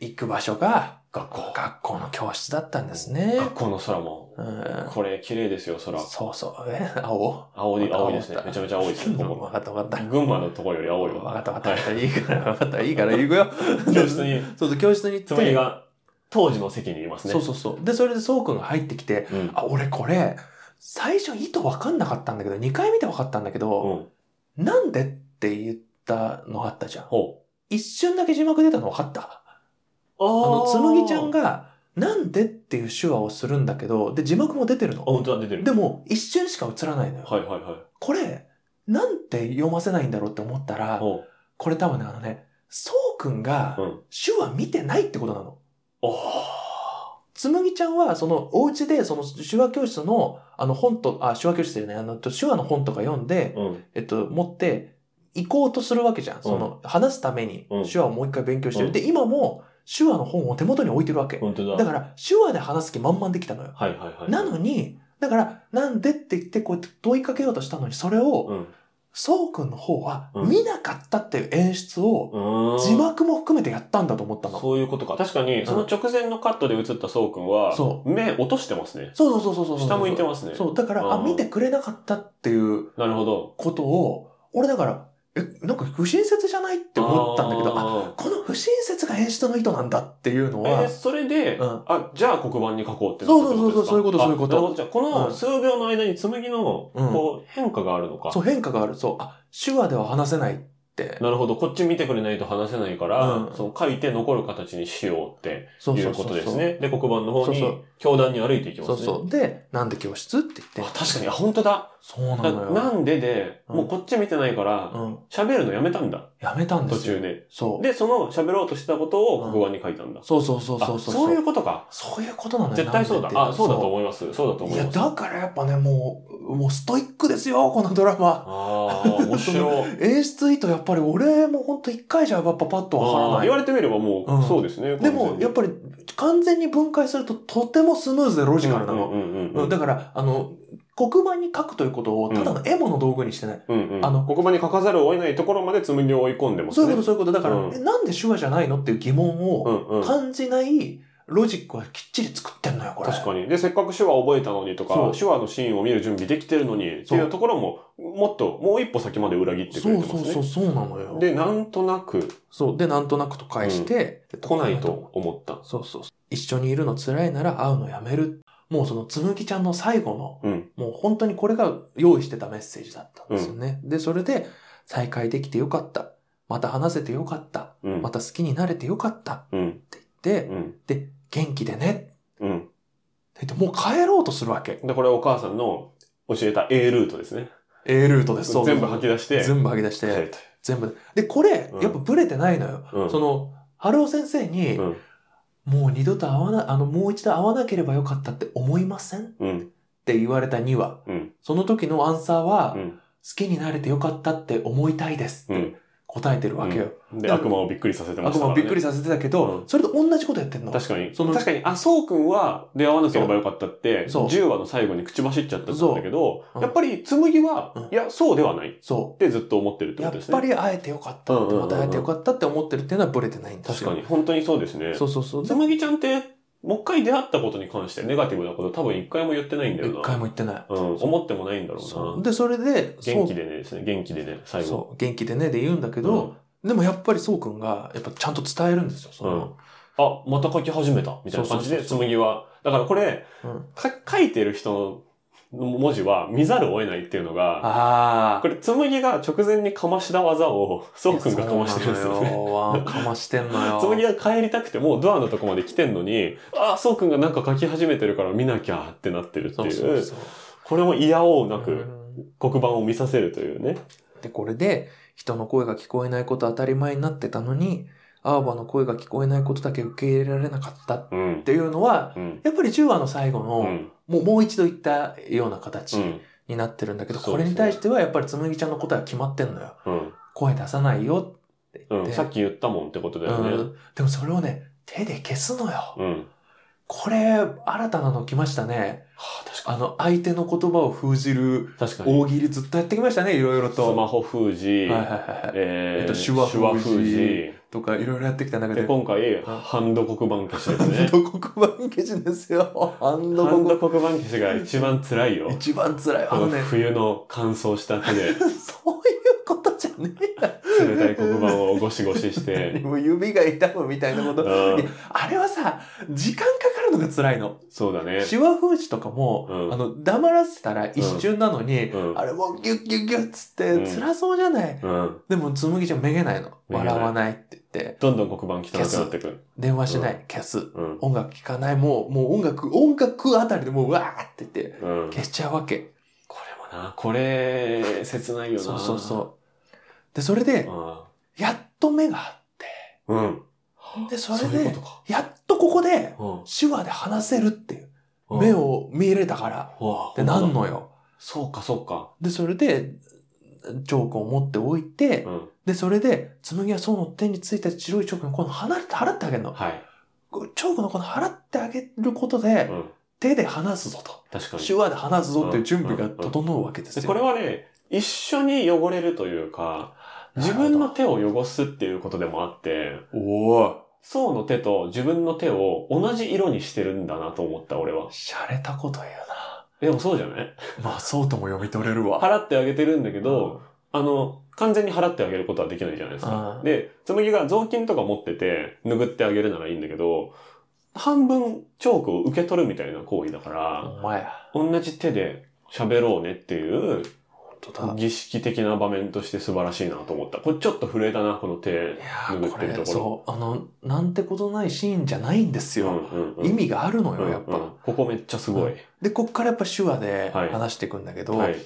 [SPEAKER 3] 行く場所が
[SPEAKER 2] 学校。
[SPEAKER 3] 学校の教室だったんですね。
[SPEAKER 2] 学校の空も。
[SPEAKER 3] うん。
[SPEAKER 2] これ綺麗ですよ、空。
[SPEAKER 3] そうそう。え、青
[SPEAKER 2] 青い、青いですね
[SPEAKER 3] 青。だ
[SPEAKER 2] めちゃめちゃ青い ですね、こ
[SPEAKER 3] わ
[SPEAKER 2] こ。
[SPEAKER 3] かったわかった。
[SPEAKER 2] 群馬のところより青い
[SPEAKER 3] わ
[SPEAKER 2] わ。
[SPEAKER 3] かったわかった。いいから、わかった。いいから、行くよ。
[SPEAKER 2] 教室に
[SPEAKER 3] そうそう、教室に行って。
[SPEAKER 2] つむぎが当時の席にいますね。
[SPEAKER 3] そうそうそう。で、それでそうくんが入ってきて、
[SPEAKER 2] うん。
[SPEAKER 3] あ、俺これ、最初意図わかんなかったんだけど、2回見てわかったんだけど、
[SPEAKER 2] うん。
[SPEAKER 3] なんでって言ったのあったじゃん。
[SPEAKER 2] ほ
[SPEAKER 3] 一瞬だけ字幕出たの分かった
[SPEAKER 2] う。あ
[SPEAKER 3] あの、つむぎちゃん
[SPEAKER 2] が。
[SPEAKER 3] が、なんでっていう手話をするんだけど、で、字幕も出てる
[SPEAKER 2] あ、本
[SPEAKER 3] の。
[SPEAKER 2] 当だ、出てる。
[SPEAKER 3] でも、一瞬しか映らないのよ。
[SPEAKER 2] はいはいはい。
[SPEAKER 3] これ、なんて読ませないんだろうって思ったら、
[SPEAKER 2] ほ
[SPEAKER 3] これ多分ね、あのね、そうくんが
[SPEAKER 2] う。う、ん。
[SPEAKER 3] 手話見てないってことなの。
[SPEAKER 2] おー
[SPEAKER 3] つむぎちゃんは、その、お家で、その、手話教室の、あの、本と、あ、手話教室でね、あの、手話の本とか読んで、
[SPEAKER 2] うん。
[SPEAKER 3] えっと、持って、行こうとするわけじゃん。その、話すために
[SPEAKER 2] うん、
[SPEAKER 3] 手話をもう一回勉強して
[SPEAKER 2] うん
[SPEAKER 3] る。で、今も、手話の本を手元に置いてるわけ。
[SPEAKER 2] 本当だ。
[SPEAKER 3] だから、手話で話す気満々できたのよ。
[SPEAKER 2] はいはいはい。
[SPEAKER 3] なのに、だから、なんでって言って、こうやって問いかけようとしたのに、それを、
[SPEAKER 2] うん。
[SPEAKER 3] そうくんの方は、
[SPEAKER 2] うん
[SPEAKER 3] 見なかったっていう演出を、
[SPEAKER 2] うーん。
[SPEAKER 3] 字幕も含めてやったんだと思ったの。そう
[SPEAKER 2] そういうことか。確かに、その直前のカットで映ったそうくんは、
[SPEAKER 3] そ
[SPEAKER 2] 目落としてますね。
[SPEAKER 3] そうそうそうそうそう。
[SPEAKER 2] 下向いてますね。
[SPEAKER 3] そう、だから、
[SPEAKER 2] う
[SPEAKER 3] あ、
[SPEAKER 2] ん
[SPEAKER 3] 見てくれなかったっていう
[SPEAKER 2] なるほど。
[SPEAKER 3] ことを、俺だから、え、なんか不親切じゃないって思ったんだけど、あ、
[SPEAKER 2] あ
[SPEAKER 3] この不親切が演出の意図なんだっていうの
[SPEAKER 2] ーえ
[SPEAKER 3] は
[SPEAKER 2] ー、それで、
[SPEAKER 3] うん
[SPEAKER 2] あ、じゃあ黒板に書こうってなったってですか
[SPEAKER 3] そうそうそうそういうこと
[SPEAKER 2] あ
[SPEAKER 3] そういうこと
[SPEAKER 2] なるほど。じゃあ、こ
[SPEAKER 3] う
[SPEAKER 2] の
[SPEAKER 3] ん
[SPEAKER 2] 数秒の間に紬の、
[SPEAKER 3] うん
[SPEAKER 2] こう、変化があるのか。
[SPEAKER 3] そう、変化がある。そう、あ、手話では話せないって。
[SPEAKER 2] なるほど。こっち見てくれないと話せないから、
[SPEAKER 3] うん
[SPEAKER 2] その書いて残る形にしようって
[SPEAKER 3] そう
[SPEAKER 2] い
[SPEAKER 3] そううそう
[SPEAKER 2] こと
[SPEAKER 3] そう
[SPEAKER 2] ですね。で、黒板の方
[SPEAKER 3] そうそ
[SPEAKER 2] に
[SPEAKER 3] う、
[SPEAKER 2] 教壇に歩いていきます
[SPEAKER 3] そ
[SPEAKER 2] ね。
[SPEAKER 3] うそう。で、なんで教室って言っ
[SPEAKER 2] あ
[SPEAKER 3] て。
[SPEAKER 2] 確かに、あ、本当だ。
[SPEAKER 3] そうな
[SPEAKER 2] だ
[SPEAKER 3] のよ。
[SPEAKER 2] なんでで、
[SPEAKER 3] うん
[SPEAKER 2] もうこっち見てないから、
[SPEAKER 3] うん。
[SPEAKER 2] 喋るのやめたんだ。
[SPEAKER 3] やめたんで
[SPEAKER 2] 途
[SPEAKER 3] すよ。
[SPEAKER 2] 中で。
[SPEAKER 3] そう。
[SPEAKER 2] で、その喋ろうとしたことを黒板に書いたんだ。
[SPEAKER 3] そうそうそう
[SPEAKER 2] あ
[SPEAKER 3] そうそう。
[SPEAKER 2] そういうことか。
[SPEAKER 3] そういうことなのよ
[SPEAKER 2] 絶対そうだ。
[SPEAKER 3] なん
[SPEAKER 2] あ、
[SPEAKER 3] でって
[SPEAKER 2] そうだと思います。そうだと思
[SPEAKER 3] い
[SPEAKER 2] い
[SPEAKER 3] や、
[SPEAKER 2] ます。
[SPEAKER 3] だからやっぱね、もう、もうストイックですよ、このドラマ。
[SPEAKER 2] ああ、面白い。
[SPEAKER 3] 演出意図、やっぱり俺もほんと一回じゃやっぱパッとわ
[SPEAKER 2] あー
[SPEAKER 3] から
[SPEAKER 2] 言
[SPEAKER 3] ない。
[SPEAKER 2] われてみればも
[SPEAKER 3] うん
[SPEAKER 2] う、そうですね。
[SPEAKER 3] でも、やっぱり完全に分解するととてもスムーズでロ
[SPEAKER 2] り
[SPEAKER 3] ジカルな
[SPEAKER 2] う
[SPEAKER 3] の。
[SPEAKER 2] んうんう
[SPEAKER 3] うん
[SPEAKER 2] ん。
[SPEAKER 3] だから、あの、黒板に書くということをただのエモの道具にしてない。
[SPEAKER 2] うんうん
[SPEAKER 3] あの
[SPEAKER 2] 黒板に書かざるを得ないところまで紬を追い込んでます
[SPEAKER 3] そう
[SPEAKER 2] ね。
[SPEAKER 3] いうこと、そういうこと。だから、
[SPEAKER 2] うん
[SPEAKER 3] えなんで手話じゃないのっていう疑問を
[SPEAKER 2] うんうん。
[SPEAKER 3] 感じないロジックはきっちり作ってんのよ、これ。
[SPEAKER 2] 確かに。で、せっかく手話覚えたのにとか
[SPEAKER 3] そ、う
[SPEAKER 2] 手話のシーンを見る準備できてるのに、って
[SPEAKER 3] そう
[SPEAKER 2] いうところも、もっと、もう一歩先まで裏切ってくれて
[SPEAKER 3] そう
[SPEAKER 2] ます
[SPEAKER 3] そう
[SPEAKER 2] ね。
[SPEAKER 3] そう、そうなのよ。
[SPEAKER 2] で、なんとなく
[SPEAKER 3] そう。で、なんとなくと返して、で
[SPEAKER 2] 来ないと。思った。
[SPEAKER 3] そうそうそう。一緒にいるの辛いなら会うのやめる。もうそのつむぎちゃんの最後の、
[SPEAKER 2] うん
[SPEAKER 3] もう本当にこれが用意してたメッセージだったんですよね。で、それで再会できてよかった。また話せてよかった。
[SPEAKER 2] うん
[SPEAKER 3] ま。た好きになれてよかったっ
[SPEAKER 2] うん。
[SPEAKER 3] て言って、
[SPEAKER 2] うん。
[SPEAKER 3] で、元気でね
[SPEAKER 2] うん。
[SPEAKER 3] って言って、もう帰ろうとするわけ。
[SPEAKER 2] で、これお母さんの教えた A ルートですね。
[SPEAKER 3] A ルートです。そう
[SPEAKER 2] 全部吐き出して、
[SPEAKER 3] 全部吐き出して、
[SPEAKER 2] 帰る
[SPEAKER 3] 全部。で、これ
[SPEAKER 2] う、ん
[SPEAKER 3] やっぱブレてないのよ。
[SPEAKER 2] と。うん
[SPEAKER 3] その、春尾先生に、
[SPEAKER 2] うん
[SPEAKER 3] もう二度と会わな、あの、もう一度会わなければよかったって思いませんっ
[SPEAKER 2] うん。
[SPEAKER 3] て言われた2話。
[SPEAKER 2] うん
[SPEAKER 3] その時のアンサーは、
[SPEAKER 2] う
[SPEAKER 3] 好
[SPEAKER 2] ん
[SPEAKER 3] きになれてよかったって思いたいです
[SPEAKER 2] う
[SPEAKER 3] って
[SPEAKER 2] ん。
[SPEAKER 3] 答えてるわけよ。
[SPEAKER 2] で、悪魔をびっくりさせてま
[SPEAKER 3] あ
[SPEAKER 2] した
[SPEAKER 3] と
[SPEAKER 2] から、
[SPEAKER 3] ま
[SPEAKER 2] ね。
[SPEAKER 3] あびっくりさせてたけど、
[SPEAKER 2] うん
[SPEAKER 3] それと同じことやってんの。
[SPEAKER 2] 確かに。
[SPEAKER 3] その
[SPEAKER 2] 確かに、あ、そうくんは出会わなければよかったって、
[SPEAKER 3] そう
[SPEAKER 2] 10話の最後に口走っちゃったんだけど、
[SPEAKER 3] そううん
[SPEAKER 2] やっぱり、つむぎは、
[SPEAKER 3] う
[SPEAKER 2] い
[SPEAKER 3] ん
[SPEAKER 2] や、そうではないっ
[SPEAKER 3] そ
[SPEAKER 2] てずっと思ってるっ
[SPEAKER 3] う。
[SPEAKER 2] てこ
[SPEAKER 3] や
[SPEAKER 2] とで
[SPEAKER 3] っ
[SPEAKER 2] すね。
[SPEAKER 3] ぱり会えてよかったって、
[SPEAKER 2] うんうんうんう
[SPEAKER 3] ま
[SPEAKER 2] ん
[SPEAKER 3] た会えてよかったって思ってるっていうのはブレてないんです
[SPEAKER 2] 確
[SPEAKER 3] よ。
[SPEAKER 2] かに、本当にそうですね。
[SPEAKER 3] そうそうそう。
[SPEAKER 2] つむぎちゃんって、もう一回出会ったことに関してネガティブなこと多分一回も言ってないんだよな。
[SPEAKER 3] 一回も言ってない。
[SPEAKER 2] うん、思ってもないんだろ
[SPEAKER 3] そうう
[SPEAKER 2] な。
[SPEAKER 3] で、それで、
[SPEAKER 2] 元気でねですね、元気でね、
[SPEAKER 3] そう
[SPEAKER 2] 最後。
[SPEAKER 3] そう、元気でねで言うんだけど、でもやっぱりそうくんが、やっぱちゃんと伝えるんですよ、その。
[SPEAKER 2] うんあ、また書き始めた、みたいな感じで、
[SPEAKER 3] そう
[SPEAKER 2] つ
[SPEAKER 3] そうそうそう
[SPEAKER 2] むぎは。だからこれ、
[SPEAKER 3] うん
[SPEAKER 2] か書いてる人の文字は見ざるを得ないっていうのが、
[SPEAKER 3] あ
[SPEAKER 2] これ、つむぎが直前にかました技を、そうくんがかましてるんですよね。
[SPEAKER 3] よ。かましてんのよ。
[SPEAKER 2] つむぎが帰りたくて、もうドアのとこまで来てんのに、ああ、そうくんがなんか書き始めてるから見なきゃってなってるって
[SPEAKER 3] そ
[SPEAKER 2] いうう、
[SPEAKER 3] そうそう。
[SPEAKER 2] これも嫌おうな
[SPEAKER 3] う
[SPEAKER 2] く
[SPEAKER 3] ん
[SPEAKER 2] 黒板を見させるというね。
[SPEAKER 3] で、これで、人の声が聞こえないこと当たり前になってたのに、アーバの声が聞こえないことだけ受け入れられなかったっ
[SPEAKER 2] うん。
[SPEAKER 3] ていうのは、
[SPEAKER 2] うん。
[SPEAKER 3] やっぱり10話の最後の、
[SPEAKER 2] うん。
[SPEAKER 3] もうもう一度言ったような
[SPEAKER 2] う
[SPEAKER 3] 形
[SPEAKER 2] ん。
[SPEAKER 3] になってるんだけど、
[SPEAKER 2] そう
[SPEAKER 3] これに対してはやっぱりつむぎちゃんの答えは決まってんのよ。
[SPEAKER 2] うん。
[SPEAKER 3] 声出さないよ。
[SPEAKER 2] うん。さっき言ったもんってことだよ
[SPEAKER 3] う
[SPEAKER 2] ね。
[SPEAKER 3] ん、でもそれをね、手で消すのよ。
[SPEAKER 2] うん。
[SPEAKER 3] これ、新たなの来ましたね。
[SPEAKER 2] はあ、確か
[SPEAKER 3] あの、相手の言葉を封じる
[SPEAKER 2] に。確かに。
[SPEAKER 3] 大喜利ずっとやってきましたね、いろいろ
[SPEAKER 2] ス
[SPEAKER 3] と。
[SPEAKER 2] マホ封じ、
[SPEAKER 3] はいはいはいはい。
[SPEAKER 2] え
[SPEAKER 3] え
[SPEAKER 2] ー、
[SPEAKER 3] っと手話封じ
[SPEAKER 2] 封じ。
[SPEAKER 3] とか、いろいろやってきた中
[SPEAKER 2] で、
[SPEAKER 3] で。
[SPEAKER 2] 今回、ハンド黒板消しです
[SPEAKER 3] ハン
[SPEAKER 2] ね。
[SPEAKER 3] ド黒板消しですよ。ハンド
[SPEAKER 2] ハン
[SPEAKER 3] 黒
[SPEAKER 2] ド黒板消しが一番辛いよ
[SPEAKER 3] 板。。一番辛い。あ
[SPEAKER 2] この
[SPEAKER 3] のね、
[SPEAKER 2] 冬の乾燥した手で
[SPEAKER 3] そういうことじゃね
[SPEAKER 2] 冷たい黒板をゴシゴシし
[SPEAKER 3] え。
[SPEAKER 2] て、
[SPEAKER 3] もう指が痛むみたいなこ
[SPEAKER 2] う
[SPEAKER 3] と。
[SPEAKER 2] ん、
[SPEAKER 3] あれはさ、時間かかるのが辛いの。
[SPEAKER 2] そうだ ね。
[SPEAKER 3] 手話封じとかも、
[SPEAKER 2] うん
[SPEAKER 3] あの、黙らせたら一瞬なのに、
[SPEAKER 2] うん
[SPEAKER 3] あれもうギュッギュッギュッつって
[SPEAKER 2] うん
[SPEAKER 3] 辛そうじゃない。
[SPEAKER 2] うん、
[SPEAKER 3] でも、つむぎちゃんめげないの。
[SPEAKER 2] めげない
[SPEAKER 3] 笑わないって言って、
[SPEAKER 2] どんどん黒板汚くなってくる。
[SPEAKER 3] 電話しない、消す。
[SPEAKER 2] うん
[SPEAKER 3] 音楽聴かない、もう、もう音楽、音楽あたりでもう、うわーって言って、
[SPEAKER 2] うん、
[SPEAKER 3] 消しちゃうわけ。
[SPEAKER 2] これもな、これ、切ないよな。
[SPEAKER 3] そうそうそう。で、それで、
[SPEAKER 2] う
[SPEAKER 3] やっと目があ
[SPEAKER 2] ん。うん。
[SPEAKER 3] って、で、それ
[SPEAKER 2] そういう
[SPEAKER 3] で
[SPEAKER 2] こ、と
[SPEAKER 3] やっとここで、
[SPEAKER 2] か。
[SPEAKER 3] 手話で話せるっていう、
[SPEAKER 2] うん
[SPEAKER 3] 目。を見れたから、
[SPEAKER 2] うん
[SPEAKER 3] で、なん。のよ。
[SPEAKER 2] そうか、そうか。
[SPEAKER 3] で、それで、チョークを持っておいて
[SPEAKER 2] う、ん。
[SPEAKER 3] で、それで、紬はそうの手についた白いチョークのこの離れて払ってあげるの。
[SPEAKER 2] はい。
[SPEAKER 3] チョークのこの払ってあげることで
[SPEAKER 2] う、ん。
[SPEAKER 3] 手で話すぞと。
[SPEAKER 2] 確かに。
[SPEAKER 3] 手話で話すぞっていう準備が整うわけです
[SPEAKER 2] で
[SPEAKER 3] よ。
[SPEAKER 2] これはね、一緒に汚れるというか、自分の手を汚すっていうことでもあって、
[SPEAKER 3] おお
[SPEAKER 2] 層の手と自分の手を同じ色にしてるんだなと思った、俺は。
[SPEAKER 3] 洒落たこと言う
[SPEAKER 2] でもそうじゃない
[SPEAKER 3] な。まあ、そうとも読み取れるわ。
[SPEAKER 2] 払ってあげてるんだけど、あの、完全に払ってあげることはできないじゃないですか
[SPEAKER 3] う。ん
[SPEAKER 2] で、紬が雑巾とか持ってて、拭ってあげるならいいんだけど、半分チョークを受け取るみたいな行為だから、
[SPEAKER 3] お前、
[SPEAKER 2] 同じ手で喋ろうねっていう
[SPEAKER 3] 本当だ。
[SPEAKER 2] 儀式的な場面として素晴らしいなと思った。これちょっと震えたな、この手
[SPEAKER 3] い。
[SPEAKER 2] 拭
[SPEAKER 3] や
[SPEAKER 2] ってる
[SPEAKER 3] ーこれ
[SPEAKER 2] ところ
[SPEAKER 3] そう、あの、なんてことないシーンじゃないんです
[SPEAKER 2] うん
[SPEAKER 3] よ。
[SPEAKER 2] うんうん
[SPEAKER 3] 意味があるの
[SPEAKER 2] う
[SPEAKER 3] よ、
[SPEAKER 2] ん
[SPEAKER 3] やっ
[SPEAKER 2] うん
[SPEAKER 3] ぱ。
[SPEAKER 2] ここめっちゃすごい。
[SPEAKER 3] で、こっからやっぱ手話で
[SPEAKER 2] はい
[SPEAKER 3] 話していくんだけど、
[SPEAKER 2] はい。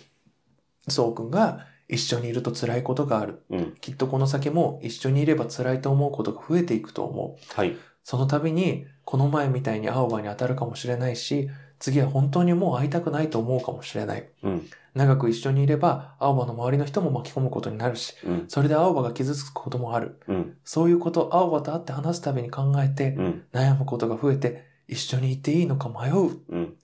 [SPEAKER 3] そうくんが一緒にいると辛いことがある。
[SPEAKER 2] うん
[SPEAKER 3] きっとこの先も一緒にいれば辛いと思うことが増えていくと思う。
[SPEAKER 2] はい。
[SPEAKER 3] その度に、この前みたいに青葉に当たるかもしれないし、次は本当にもう会いたくないと思うかもしれない。
[SPEAKER 2] うん
[SPEAKER 3] 長く一緒にいれば、青葉の周りの人も巻き込むことになるし、
[SPEAKER 2] うん。
[SPEAKER 3] それで青葉が傷つくこともある。
[SPEAKER 2] うん。
[SPEAKER 3] そういうこと、青葉と会って話すたびに考えて、
[SPEAKER 2] うん。
[SPEAKER 3] 悩むことが増えて、一緒にいていいのか迷うっ
[SPEAKER 2] うん。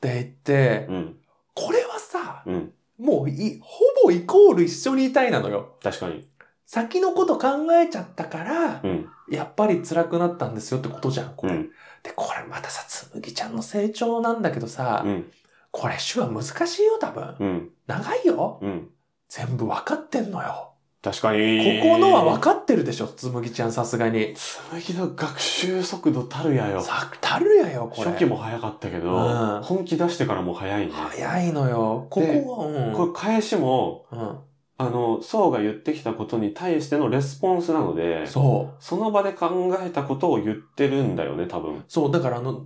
[SPEAKER 3] て言って、
[SPEAKER 2] うん。
[SPEAKER 3] これはさ、
[SPEAKER 2] うん。
[SPEAKER 3] もうい、ほぼイコール一緒にいたいなのよ。
[SPEAKER 2] 確かに。
[SPEAKER 3] 先のこと考えちゃったから
[SPEAKER 2] う、ん。
[SPEAKER 3] やっぱり辛くなったんですよってことじゃん、こ
[SPEAKER 2] う
[SPEAKER 3] れ。
[SPEAKER 2] ん。
[SPEAKER 3] で、これまたさ、つむぎちゃんの成長なんだけどさ、
[SPEAKER 2] うん。
[SPEAKER 3] これ手話難しいよ、多分。
[SPEAKER 2] うん。
[SPEAKER 3] 長いよ。
[SPEAKER 2] うん。
[SPEAKER 3] 全部分かってんのよ。
[SPEAKER 2] 確かに。
[SPEAKER 3] ここのは分かってるでしょ、つむぎちゃんさすがに。
[SPEAKER 2] 紬の学習速度たるやよ。
[SPEAKER 3] さたるやよ、これ。
[SPEAKER 2] 初期も早かったけ
[SPEAKER 3] う
[SPEAKER 2] ど、
[SPEAKER 3] ん
[SPEAKER 2] 本気出してからも早いね。
[SPEAKER 3] 早いのよ。ここは、うん。
[SPEAKER 2] これ返しも、あの、そうが言ってきたことに対してのレスポンスなの
[SPEAKER 3] う
[SPEAKER 2] で
[SPEAKER 3] ん、、そう。
[SPEAKER 2] その場で考えたことを言ってるんだよね、多分。
[SPEAKER 3] そう、だからあの、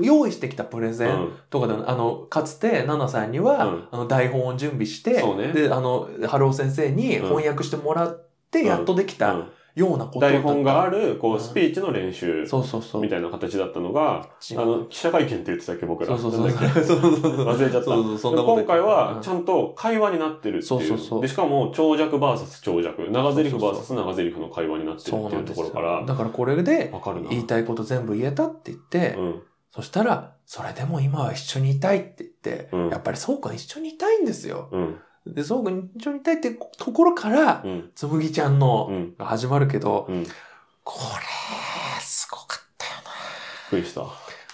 [SPEAKER 3] 用意してきたプレ
[SPEAKER 2] う
[SPEAKER 3] ゼン
[SPEAKER 2] ん。
[SPEAKER 3] とかで、あの、かつて、ナナさんには、
[SPEAKER 2] うん
[SPEAKER 3] あの、台本を準備して、
[SPEAKER 2] そうね
[SPEAKER 3] で、あの、ハロー先生に翻訳してもらって、やっとできた
[SPEAKER 2] うん
[SPEAKER 3] ようなことだった
[SPEAKER 2] 台本がある、こ
[SPEAKER 3] うん
[SPEAKER 2] う、スピーチの練習
[SPEAKER 3] そうそうそう。
[SPEAKER 2] みたいな形だったのが、あ
[SPEAKER 3] 違う
[SPEAKER 2] の、 記者会見って言ってたっけ、僕ら。
[SPEAKER 3] そうそうそう。
[SPEAKER 2] なんだっ け
[SPEAKER 3] そうそうそう
[SPEAKER 2] 忘れちゃった
[SPEAKER 3] そうそうそんなこと
[SPEAKER 2] 今回は、ち
[SPEAKER 3] ゃん
[SPEAKER 2] ゃんと会話になってるっていう。
[SPEAKER 3] そうそうそう
[SPEAKER 2] で、しかも、長尺 VS 長尺、長ゼリフ
[SPEAKER 3] そうそう
[SPEAKER 2] VS 長ゼリフの会話になってる
[SPEAKER 3] そう
[SPEAKER 2] ってう
[SPEAKER 3] ない
[SPEAKER 2] ん
[SPEAKER 3] で
[SPEAKER 2] と
[SPEAKER 3] す
[SPEAKER 2] こ
[SPEAKER 3] よ
[SPEAKER 2] ろから、
[SPEAKER 3] だからこれで、
[SPEAKER 2] わかるな。
[SPEAKER 3] 言いたいこと全部言えたって言って、
[SPEAKER 2] うん。
[SPEAKER 3] そしたら、それでも今は一緒にいたいって言って、
[SPEAKER 2] うん
[SPEAKER 3] やっぱりそうくん一緒にいたいんですよ。
[SPEAKER 2] うん。
[SPEAKER 3] で、そうくん一緒にいたいってところから、
[SPEAKER 2] うん。
[SPEAKER 3] つむぎちゃんの
[SPEAKER 2] うん。
[SPEAKER 3] が始まるけど、
[SPEAKER 2] うん。びっ
[SPEAKER 3] これ、すごかったよな。
[SPEAKER 2] くりした。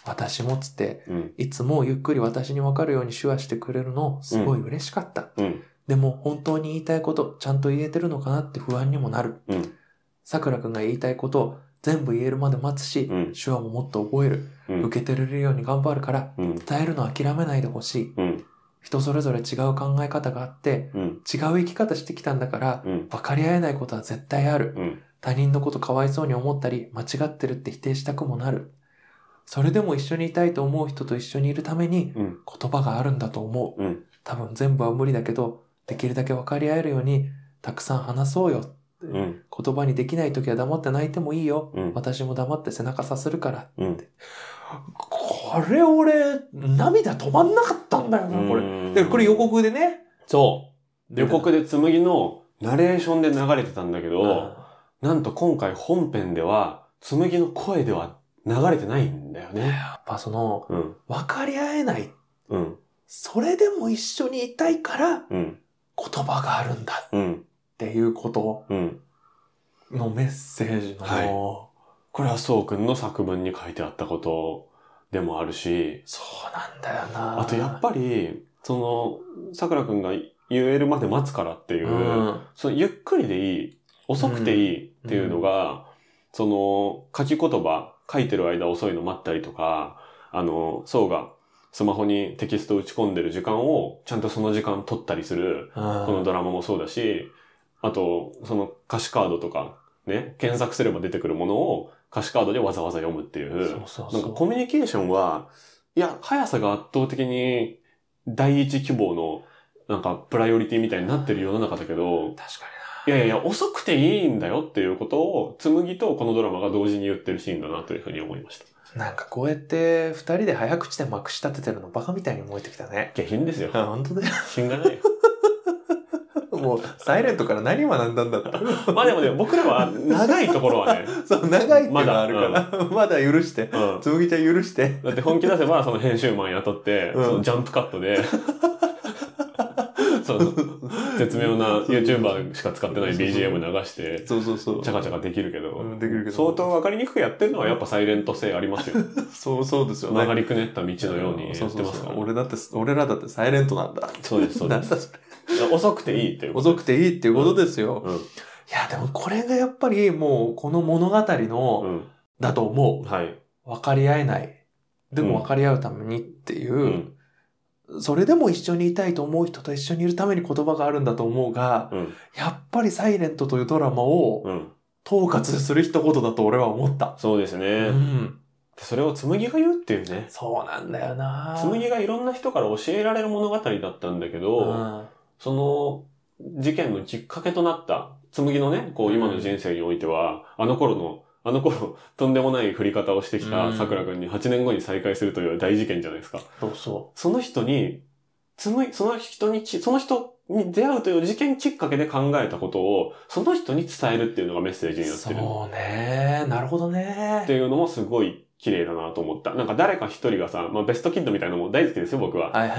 [SPEAKER 3] 私もっつって、
[SPEAKER 2] うん。
[SPEAKER 3] いつもゆっくり私にわかるように手話してくれるの、すごい嬉しかった。
[SPEAKER 2] うん。
[SPEAKER 3] でも本当に言いたいことちゃんと言えてるのかなって不安にもなる
[SPEAKER 2] うん。
[SPEAKER 3] さくらくんが言いたいこと全部言えるまで待つし、
[SPEAKER 2] うん
[SPEAKER 3] 手話ももっと覚える、
[SPEAKER 2] うん。
[SPEAKER 3] 受け取れるように頑張るから
[SPEAKER 2] うん。
[SPEAKER 3] 伝えるの諦めないでほしい
[SPEAKER 2] うん。
[SPEAKER 3] 人それぞれ違う考え方があって
[SPEAKER 2] うん。
[SPEAKER 3] 違う生き方してきたんだから
[SPEAKER 2] うん。
[SPEAKER 3] 分かり合えないことは絶対ある
[SPEAKER 2] うん。
[SPEAKER 3] 他人のことかわいそうに思ったり間違ってるって否定したくもなるそれでも一緒にいたいと思う人と一緒にいるために
[SPEAKER 2] うん。
[SPEAKER 3] 言葉があるんだと思う、
[SPEAKER 2] うん
[SPEAKER 3] 多分全部は無理だけどできるだけ分かり合えるようにたくさん話そうよ
[SPEAKER 2] うん。
[SPEAKER 3] 言葉にできない時は黙って泣いてもいいよ
[SPEAKER 2] うん。
[SPEAKER 3] 私も黙って背中さするから
[SPEAKER 2] うん。
[SPEAKER 3] これ俺涙止まんなかったんだよなこれ
[SPEAKER 2] れ
[SPEAKER 3] でこれ予。告でね
[SPEAKER 2] そう。予告で紬のナレーションで流れてたんだけど、
[SPEAKER 3] あ
[SPEAKER 2] なんと今回本編では、紬の声では流れてないんだよ
[SPEAKER 3] ー
[SPEAKER 2] ね。
[SPEAKER 3] やっぱその
[SPEAKER 2] うん。
[SPEAKER 3] 分かり合えない
[SPEAKER 2] うん。
[SPEAKER 3] それでも一緒にいたいから
[SPEAKER 2] うん。
[SPEAKER 3] 言葉があるんだっ
[SPEAKER 2] うん。
[SPEAKER 3] ていうこと
[SPEAKER 2] うん。
[SPEAKER 3] のメッセージの、
[SPEAKER 2] はいこれはそうくんの作文に書いてあったことでもあるし、
[SPEAKER 3] そうなんだよな
[SPEAKER 2] あとやっぱり、その、桜くんが言えるまで待つからっていう、
[SPEAKER 3] うん
[SPEAKER 2] そのゆっくりでいい、遅くていいっていうのが、その書き言葉、書いてる間遅いの待ったりとか、あの、そうがスマホにテキスト打ち込んでる時間をちゃんとその時間取ったりする、このドラマもそうだし、あと、その歌詞カードとか、ね、検索すれば出てくるものを歌詞カードでわざわざ読むっていう、
[SPEAKER 3] そうそう
[SPEAKER 2] な
[SPEAKER 3] そ
[SPEAKER 2] んか
[SPEAKER 3] う
[SPEAKER 2] コミュニケーションは、いや、速さが圧倒的に第一希望の、なんかプライオリティみたいになってる世の中だけど、
[SPEAKER 3] 確か
[SPEAKER 2] いやいやいや、遅くていいんだよっていうことを、紬とこのドラマが同時に言ってるシーンだなというふうに思いました。
[SPEAKER 3] にななんかこうやって二人で早口でまくし立ててるのバカみたいに思えてきたね
[SPEAKER 2] 下品ですよ。
[SPEAKER 3] あ本当だよ。
[SPEAKER 2] 品がないよ。
[SPEAKER 3] もう、サイレントから何学んだんだって。
[SPEAKER 2] まあでもね、僕らは長いところはね、
[SPEAKER 3] そう、長いっていうのはあるから。 まだ許して。
[SPEAKER 2] うん。
[SPEAKER 3] つむぎちゃん許して。
[SPEAKER 2] だって本気出せば、その編集マン雇って、
[SPEAKER 3] うん
[SPEAKER 2] そのジャンプカットで、 その絶妙な YouTuber しか使ってない BGM 流して、
[SPEAKER 3] そうそうそう
[SPEAKER 2] チャカチャカできるけど、
[SPEAKER 3] うんできるけど
[SPEAKER 2] 相当わかりにくくやってるのはやっぱサイレント性ありますよ。
[SPEAKER 3] そう そうですよね。
[SPEAKER 2] 曲がりくねった道のようにやって
[SPEAKER 3] そ
[SPEAKER 2] ま
[SPEAKER 3] う
[SPEAKER 2] す
[SPEAKER 3] そう
[SPEAKER 2] か
[SPEAKER 3] そう。
[SPEAKER 2] ら。
[SPEAKER 3] 俺だって、俺らだってサイレントなんだ。
[SPEAKER 2] そうです、そう
[SPEAKER 3] な
[SPEAKER 2] で
[SPEAKER 3] ん
[SPEAKER 2] す。
[SPEAKER 3] だそれ。
[SPEAKER 2] 遅くていいっていうこと
[SPEAKER 3] 遅くていいっていうことですよ。
[SPEAKER 2] うん
[SPEAKER 3] いや、でもこれがやっぱりもう、この物語の、
[SPEAKER 2] う
[SPEAKER 3] だと
[SPEAKER 2] ん。
[SPEAKER 3] 思
[SPEAKER 2] はい。
[SPEAKER 3] う。分かり合えない。で
[SPEAKER 2] う
[SPEAKER 3] も
[SPEAKER 2] ん
[SPEAKER 3] 分かり合うためにっていうう、
[SPEAKER 2] ん。
[SPEAKER 3] それでも一緒にいたいと思う人と一緒にいるために言葉があるんだと思うが、
[SPEAKER 2] うん。
[SPEAKER 3] やっぱりサイレントというドラマを、
[SPEAKER 2] うん。
[SPEAKER 3] 統括する一言だと俺は思った。
[SPEAKER 2] そうです
[SPEAKER 3] う
[SPEAKER 2] ね。
[SPEAKER 3] ん。
[SPEAKER 2] でそれを紬が言うっていうね。
[SPEAKER 3] そうなんだよな
[SPEAKER 2] 紬がいろんな人から教えられる物語だったんだけ
[SPEAKER 3] う
[SPEAKER 2] ど、
[SPEAKER 3] ん。
[SPEAKER 2] その事件のきっかけとなった、紬のね、こう今の人生においては、あの頃の、あの頃、 とんでもない振り方をしてき
[SPEAKER 3] う
[SPEAKER 2] た
[SPEAKER 3] ん
[SPEAKER 2] 桜くんに8年後に再会するという大事件じゃないですか。
[SPEAKER 3] そうそ
[SPEAKER 2] その人に、紬、その人にち、その人に出会うという事件きっかけで考えたことを、その人に伝えるっていうのがメッセージ
[SPEAKER 3] う。
[SPEAKER 2] になってる。
[SPEAKER 3] そうねなるほどね
[SPEAKER 2] っていうのもすごい綺麗だなと思った。なんか誰か一人がさ、まあベストキッドみたいなのも大好きですよ、僕は。
[SPEAKER 3] はい。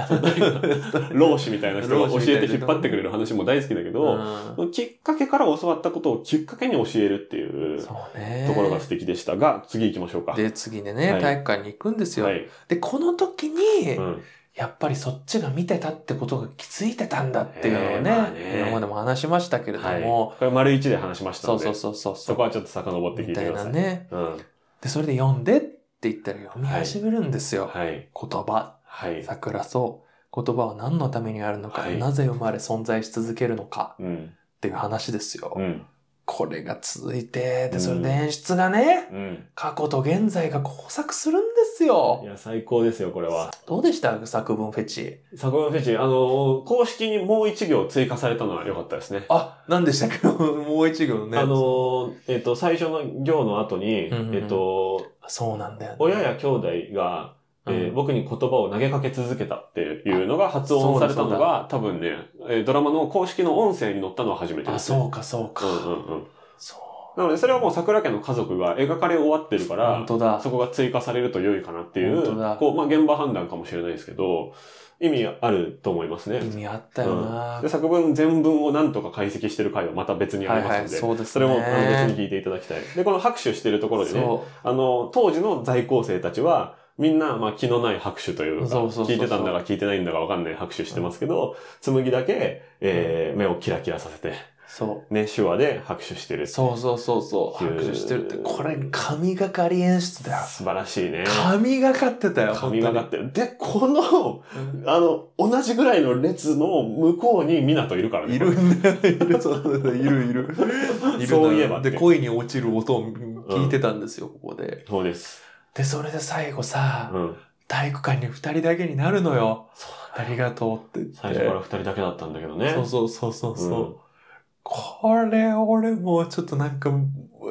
[SPEAKER 2] 老子みたいな人が
[SPEAKER 3] 老子
[SPEAKER 2] 教
[SPEAKER 3] みたいな
[SPEAKER 2] え
[SPEAKER 3] 人
[SPEAKER 2] て引っ張ってくれる話も大好きだけ
[SPEAKER 3] う
[SPEAKER 2] ど、
[SPEAKER 3] ん
[SPEAKER 2] きっかけから教わったことをきっかけに教えるっていう
[SPEAKER 3] そうね
[SPEAKER 2] ところが素敵でしたが、次行きましょうか。
[SPEAKER 3] で、次でね、
[SPEAKER 2] はい
[SPEAKER 3] 体育館に行くんですよ。
[SPEAKER 2] はい。
[SPEAKER 3] で、この時に、
[SPEAKER 2] うん。
[SPEAKER 3] やっぱりそっちが見てたってことが気づいてたんだっていうのをね、
[SPEAKER 2] えーまあね
[SPEAKER 3] 今までも話しましたけれど
[SPEAKER 2] はい。
[SPEAKER 3] も、
[SPEAKER 2] これ丸一で話しました
[SPEAKER 3] そ
[SPEAKER 2] の
[SPEAKER 3] う
[SPEAKER 2] で、
[SPEAKER 3] そうそうそう。
[SPEAKER 2] そこはちょっと遡って聞
[SPEAKER 3] み
[SPEAKER 2] い
[SPEAKER 3] た
[SPEAKER 2] て
[SPEAKER 3] い
[SPEAKER 2] くだ
[SPEAKER 3] な
[SPEAKER 2] さい。
[SPEAKER 3] ね。
[SPEAKER 2] うん。
[SPEAKER 3] で、それで読んでって言ったら読み始めるんですよ。
[SPEAKER 2] はい。
[SPEAKER 3] 言葉
[SPEAKER 2] はい。
[SPEAKER 3] 桜そう言葉は何のためにあるのか、
[SPEAKER 2] はい
[SPEAKER 3] なぜ生まれ存在し続けるのか
[SPEAKER 2] うん。
[SPEAKER 3] っていう話ですよ。
[SPEAKER 2] うん。
[SPEAKER 3] これが続いて、で、それで演出がね、
[SPEAKER 2] うん。
[SPEAKER 3] 過去と現在が交錯するんですよ
[SPEAKER 2] い。や、最高ですよ、これは。
[SPEAKER 3] どうでした作文フェチ。
[SPEAKER 2] 作文フェチ、あの、公式にもう一行追加されたのは良かったですね。
[SPEAKER 3] あ、何でしたっけ もう一行ね。
[SPEAKER 2] あの、えっと、最初の行の後に、
[SPEAKER 3] うんうんうん
[SPEAKER 2] えっと、
[SPEAKER 3] そうなんだよね。
[SPEAKER 2] 親や兄弟が、えー
[SPEAKER 3] うん
[SPEAKER 2] 僕に言葉を投げかけ続けたっていうのが発音されたのが、多分ね、えードラマの公式の音声に載ったのは初めて
[SPEAKER 3] あ、
[SPEAKER 2] ですね、
[SPEAKER 3] そうか、そうか。
[SPEAKER 2] うんうんうん。
[SPEAKER 3] そう。
[SPEAKER 2] なので、それはもう桜家の家族が描かれ終わってるから、
[SPEAKER 3] 本当だ。
[SPEAKER 2] そこが追加されると良いかなっていう
[SPEAKER 3] 本当だ、
[SPEAKER 2] こう、まあ、現場判断かもしれないですけど、意味あると思いますね
[SPEAKER 3] 意。味あったよな。
[SPEAKER 2] で作文全文を何とか解析してる回はまた別にあ
[SPEAKER 3] は
[SPEAKER 2] り
[SPEAKER 3] い
[SPEAKER 2] ま
[SPEAKER 3] は
[SPEAKER 2] すの
[SPEAKER 3] い、
[SPEAKER 2] で、
[SPEAKER 3] そうですね。
[SPEAKER 2] それもあの別に聞いていただきたい。で、この拍手してるところでね、
[SPEAKER 3] そ
[SPEAKER 2] あの、当時の在校生たちは、みんな、まあ、気のない拍手というか、
[SPEAKER 3] そうそうそうそう
[SPEAKER 2] 聞いてたんだか聞いてないんだかわかんない拍手してますけど、紬だけ、えー目をキラキラさせて、
[SPEAKER 3] う。そう。
[SPEAKER 2] ね、手話で拍手してる。素
[SPEAKER 3] そうそうそうそう。
[SPEAKER 2] っていう
[SPEAKER 3] 拍手してるって。これ、神がかり演出だよ。
[SPEAKER 2] 晴らしいね。
[SPEAKER 3] 神がかってたよ。
[SPEAKER 2] 神がかってる。で、この、
[SPEAKER 3] 本
[SPEAKER 2] あの、同じぐらいの列の向こうに港いるから
[SPEAKER 3] 当
[SPEAKER 2] ね。
[SPEAKER 3] に。いるんだよ。いる、そうだねいる、いる。いる
[SPEAKER 2] そういえば
[SPEAKER 3] で、
[SPEAKER 2] ね
[SPEAKER 3] 恋に落ちる音を聞いてたんですよ、ここで。
[SPEAKER 2] そうです。
[SPEAKER 3] で、それで最後
[SPEAKER 2] う
[SPEAKER 3] さ、
[SPEAKER 2] ん。
[SPEAKER 3] 体育館に二人だけになるのよ。
[SPEAKER 2] そう
[SPEAKER 3] ありがとうって言って。
[SPEAKER 2] 最初から二人だけだったんだけどね。
[SPEAKER 3] そうそうそうそうそう。
[SPEAKER 2] うん
[SPEAKER 3] これ、俺もうちょっとなんか、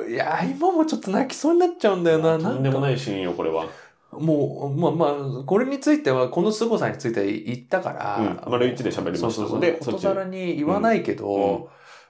[SPEAKER 3] いや、今もちょっと泣きそうになっちゃうんだよな。
[SPEAKER 2] とんでもないシーンよ、これは。
[SPEAKER 3] もう、まあまあ、これについては、この凄さについては言ったから、
[SPEAKER 2] うん丸一で喋りましたので
[SPEAKER 3] そうそうそう
[SPEAKER 2] そっ
[SPEAKER 3] こと
[SPEAKER 2] ち
[SPEAKER 3] さらに言わないけど、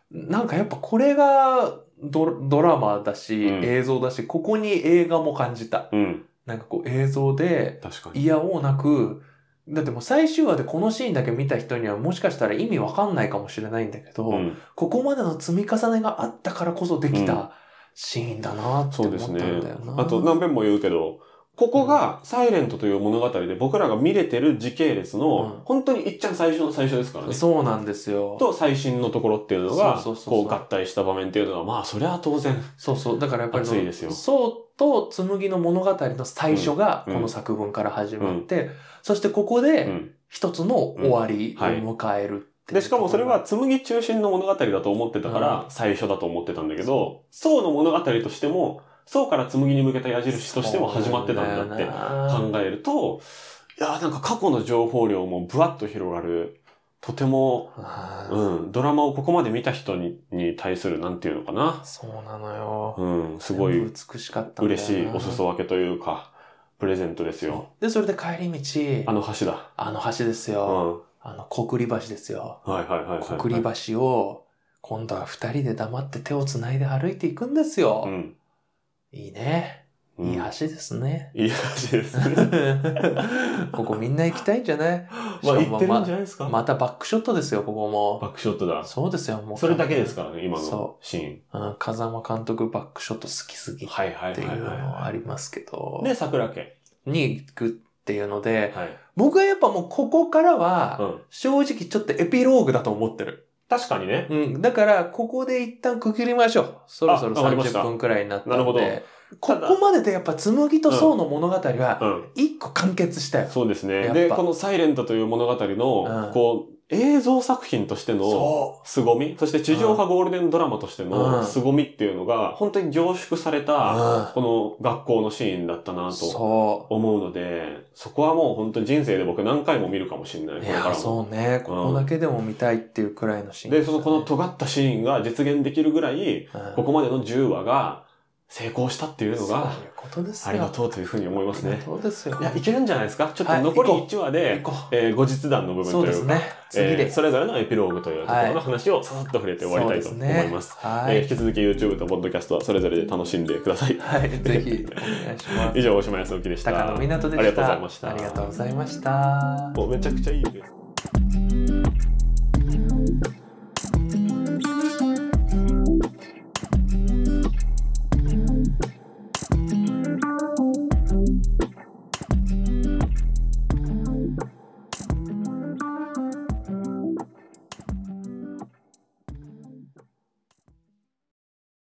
[SPEAKER 3] なんかやっぱこれがドドラマだし、
[SPEAKER 2] うん
[SPEAKER 3] 映像だし、ここに映画も感じた。
[SPEAKER 2] うん。
[SPEAKER 3] なんかこう映像で、
[SPEAKER 2] 確かに。
[SPEAKER 3] いやおうなく、だってもう最終話でこのシーンだけ見た人にはもしかしたら意味わかんないかもしれないんだけど、
[SPEAKER 2] うん
[SPEAKER 3] ここまでの積み重ねがあったからこそでき
[SPEAKER 2] うん
[SPEAKER 3] たシーンだなって
[SPEAKER 2] そう
[SPEAKER 3] 思っ
[SPEAKER 2] です
[SPEAKER 3] たん
[SPEAKER 2] ね
[SPEAKER 3] だよな。。
[SPEAKER 2] あと何遍も言うけど、ここが、サイレントという物語で僕らが見れてる時系列
[SPEAKER 3] うん
[SPEAKER 2] の、本当にいっちゃん最初の最初ですからね。
[SPEAKER 3] そうなんですよ。
[SPEAKER 2] と最新のところっていうのが、
[SPEAKER 3] そうそうそうそ
[SPEAKER 2] こ
[SPEAKER 3] う
[SPEAKER 2] う合体した場面っていうのは、まあ、それは当然。
[SPEAKER 3] そうそう。だからやっぱりそ
[SPEAKER 2] 熱い
[SPEAKER 3] の、
[SPEAKER 2] ですよ
[SPEAKER 3] そうと紬の物語の最初が
[SPEAKER 2] うん
[SPEAKER 3] この作文から始まって、そしてここ
[SPEAKER 2] う
[SPEAKER 3] で
[SPEAKER 2] ん。
[SPEAKER 3] 一つの終わりを迎えるってい
[SPEAKER 2] で、
[SPEAKER 3] う
[SPEAKER 2] しかもそれは、
[SPEAKER 3] とこ
[SPEAKER 2] 紬中心の物語だと思ってたから、最初だと思ってたんだけど、宋の物語としても、宋から紬に向けた矢印としても始まってたんだって。
[SPEAKER 3] っ
[SPEAKER 2] 考えると、いやーなんか過去の情報量もブワッと広がる、とても、うん、ドラマをここまで見た人にに対する、なんていうのかな。
[SPEAKER 3] そうなのよ。
[SPEAKER 2] うん、すごい
[SPEAKER 3] 全部美しかったんだよな
[SPEAKER 2] 嬉しいお裾分けというか、プレゼントですよ。
[SPEAKER 3] で、それで帰り道、
[SPEAKER 2] あ
[SPEAKER 3] あの
[SPEAKER 2] の橋だ。
[SPEAKER 3] 橋です
[SPEAKER 2] うん。
[SPEAKER 3] よ。
[SPEAKER 2] は
[SPEAKER 3] あの、小栗橋ですよ。
[SPEAKER 2] いはいはいはい、はい。
[SPEAKER 3] 小栗橋を、今度は二人で黙って手をつないで歩いていくんですよ。
[SPEAKER 2] うん。
[SPEAKER 3] いいね。
[SPEAKER 2] うん
[SPEAKER 3] いい橋ですね。
[SPEAKER 2] いい橋です ね。
[SPEAKER 3] ここみんな行きたいんじゃない
[SPEAKER 2] まあ、
[SPEAKER 3] しか
[SPEAKER 2] 言
[SPEAKER 3] も
[SPEAKER 2] ってるんじゃないですか、
[SPEAKER 3] ままたバックショットですよ、ここ
[SPEAKER 2] バ
[SPEAKER 3] も。
[SPEAKER 2] ックショットだ。
[SPEAKER 3] そうですよ、もう。
[SPEAKER 2] それだけですからね、今の
[SPEAKER 3] そ
[SPEAKER 2] シーン。
[SPEAKER 3] うん、風間監督バックショット好きすぎっ
[SPEAKER 2] はいはい
[SPEAKER 3] て
[SPEAKER 2] はいい、
[SPEAKER 3] うのはあ
[SPEAKER 2] は
[SPEAKER 3] りますけど
[SPEAKER 2] い。、で、桜家。
[SPEAKER 3] に行くっていうので、
[SPEAKER 2] はい。
[SPEAKER 3] 僕はやっぱもうここから
[SPEAKER 2] う
[SPEAKER 3] は、
[SPEAKER 2] ん。
[SPEAKER 3] 正直ちょっとエピローグだと思ってる。
[SPEAKER 2] 確かにね。
[SPEAKER 3] うん、だから、ここで一旦区切りましょう。そろそろ
[SPEAKER 2] あわかりました
[SPEAKER 3] 30分くらいになったので。
[SPEAKER 2] なるほど
[SPEAKER 3] ここまででやっぱ、紬と宋の物語は、
[SPEAKER 2] うん。
[SPEAKER 3] 一個完結したよ。
[SPEAKER 2] そうです
[SPEAKER 3] やっ
[SPEAKER 2] ね。
[SPEAKER 3] ぱ
[SPEAKER 2] で、このサイレントという物語の、
[SPEAKER 3] うん
[SPEAKER 2] こう、映像作品としての
[SPEAKER 3] そ
[SPEAKER 2] 凄み、そして地上波ゴールデンドラマとして
[SPEAKER 3] うん
[SPEAKER 2] の凄みっていうのが、本当に凝縮された
[SPEAKER 3] うん、
[SPEAKER 2] この学校のシーンだったな
[SPEAKER 3] う。
[SPEAKER 2] と
[SPEAKER 3] そう。
[SPEAKER 2] 思うので、そこはもう本当に人生で僕何回も見るかもしれない。こ
[SPEAKER 3] い
[SPEAKER 2] れか
[SPEAKER 3] や、
[SPEAKER 2] らも。
[SPEAKER 3] そうね。ここだけでも見たいっていうくらいのシーン
[SPEAKER 2] で、
[SPEAKER 3] し
[SPEAKER 2] そ
[SPEAKER 3] たね、
[SPEAKER 2] のこの尖ったシーンが実現できるぐらい、
[SPEAKER 3] うん
[SPEAKER 2] ここまでの10話が成功したっていうのが、
[SPEAKER 3] そういうことですよ。
[SPEAKER 2] ありがとうというふうに思いますね。
[SPEAKER 3] そうですよ。
[SPEAKER 2] いや、いけるんじゃないですかちょっ
[SPEAKER 3] は
[SPEAKER 2] と
[SPEAKER 3] い
[SPEAKER 2] 残り
[SPEAKER 3] 行こう
[SPEAKER 2] 1話で、
[SPEAKER 3] 行こ
[SPEAKER 2] えー後日談の部
[SPEAKER 3] う。
[SPEAKER 2] 分
[SPEAKER 3] そ
[SPEAKER 2] と
[SPEAKER 3] う
[SPEAKER 2] い
[SPEAKER 3] で
[SPEAKER 2] う
[SPEAKER 3] す
[SPEAKER 2] か、
[SPEAKER 3] ね。次で。
[SPEAKER 2] えーそれぞれのエピローグというところの話をささっと触れて終わりたいと思います。
[SPEAKER 3] そうですね
[SPEAKER 2] えー引き続き YouTube と Podcast はそれぞれで楽しんでください。
[SPEAKER 3] はい。ぜひ、お願いします。
[SPEAKER 2] 以上、大島康之でした。
[SPEAKER 3] 高野湊でした。
[SPEAKER 2] ありがとうございました。
[SPEAKER 3] ありがとうございました。
[SPEAKER 2] おめちゃくちゃいいです。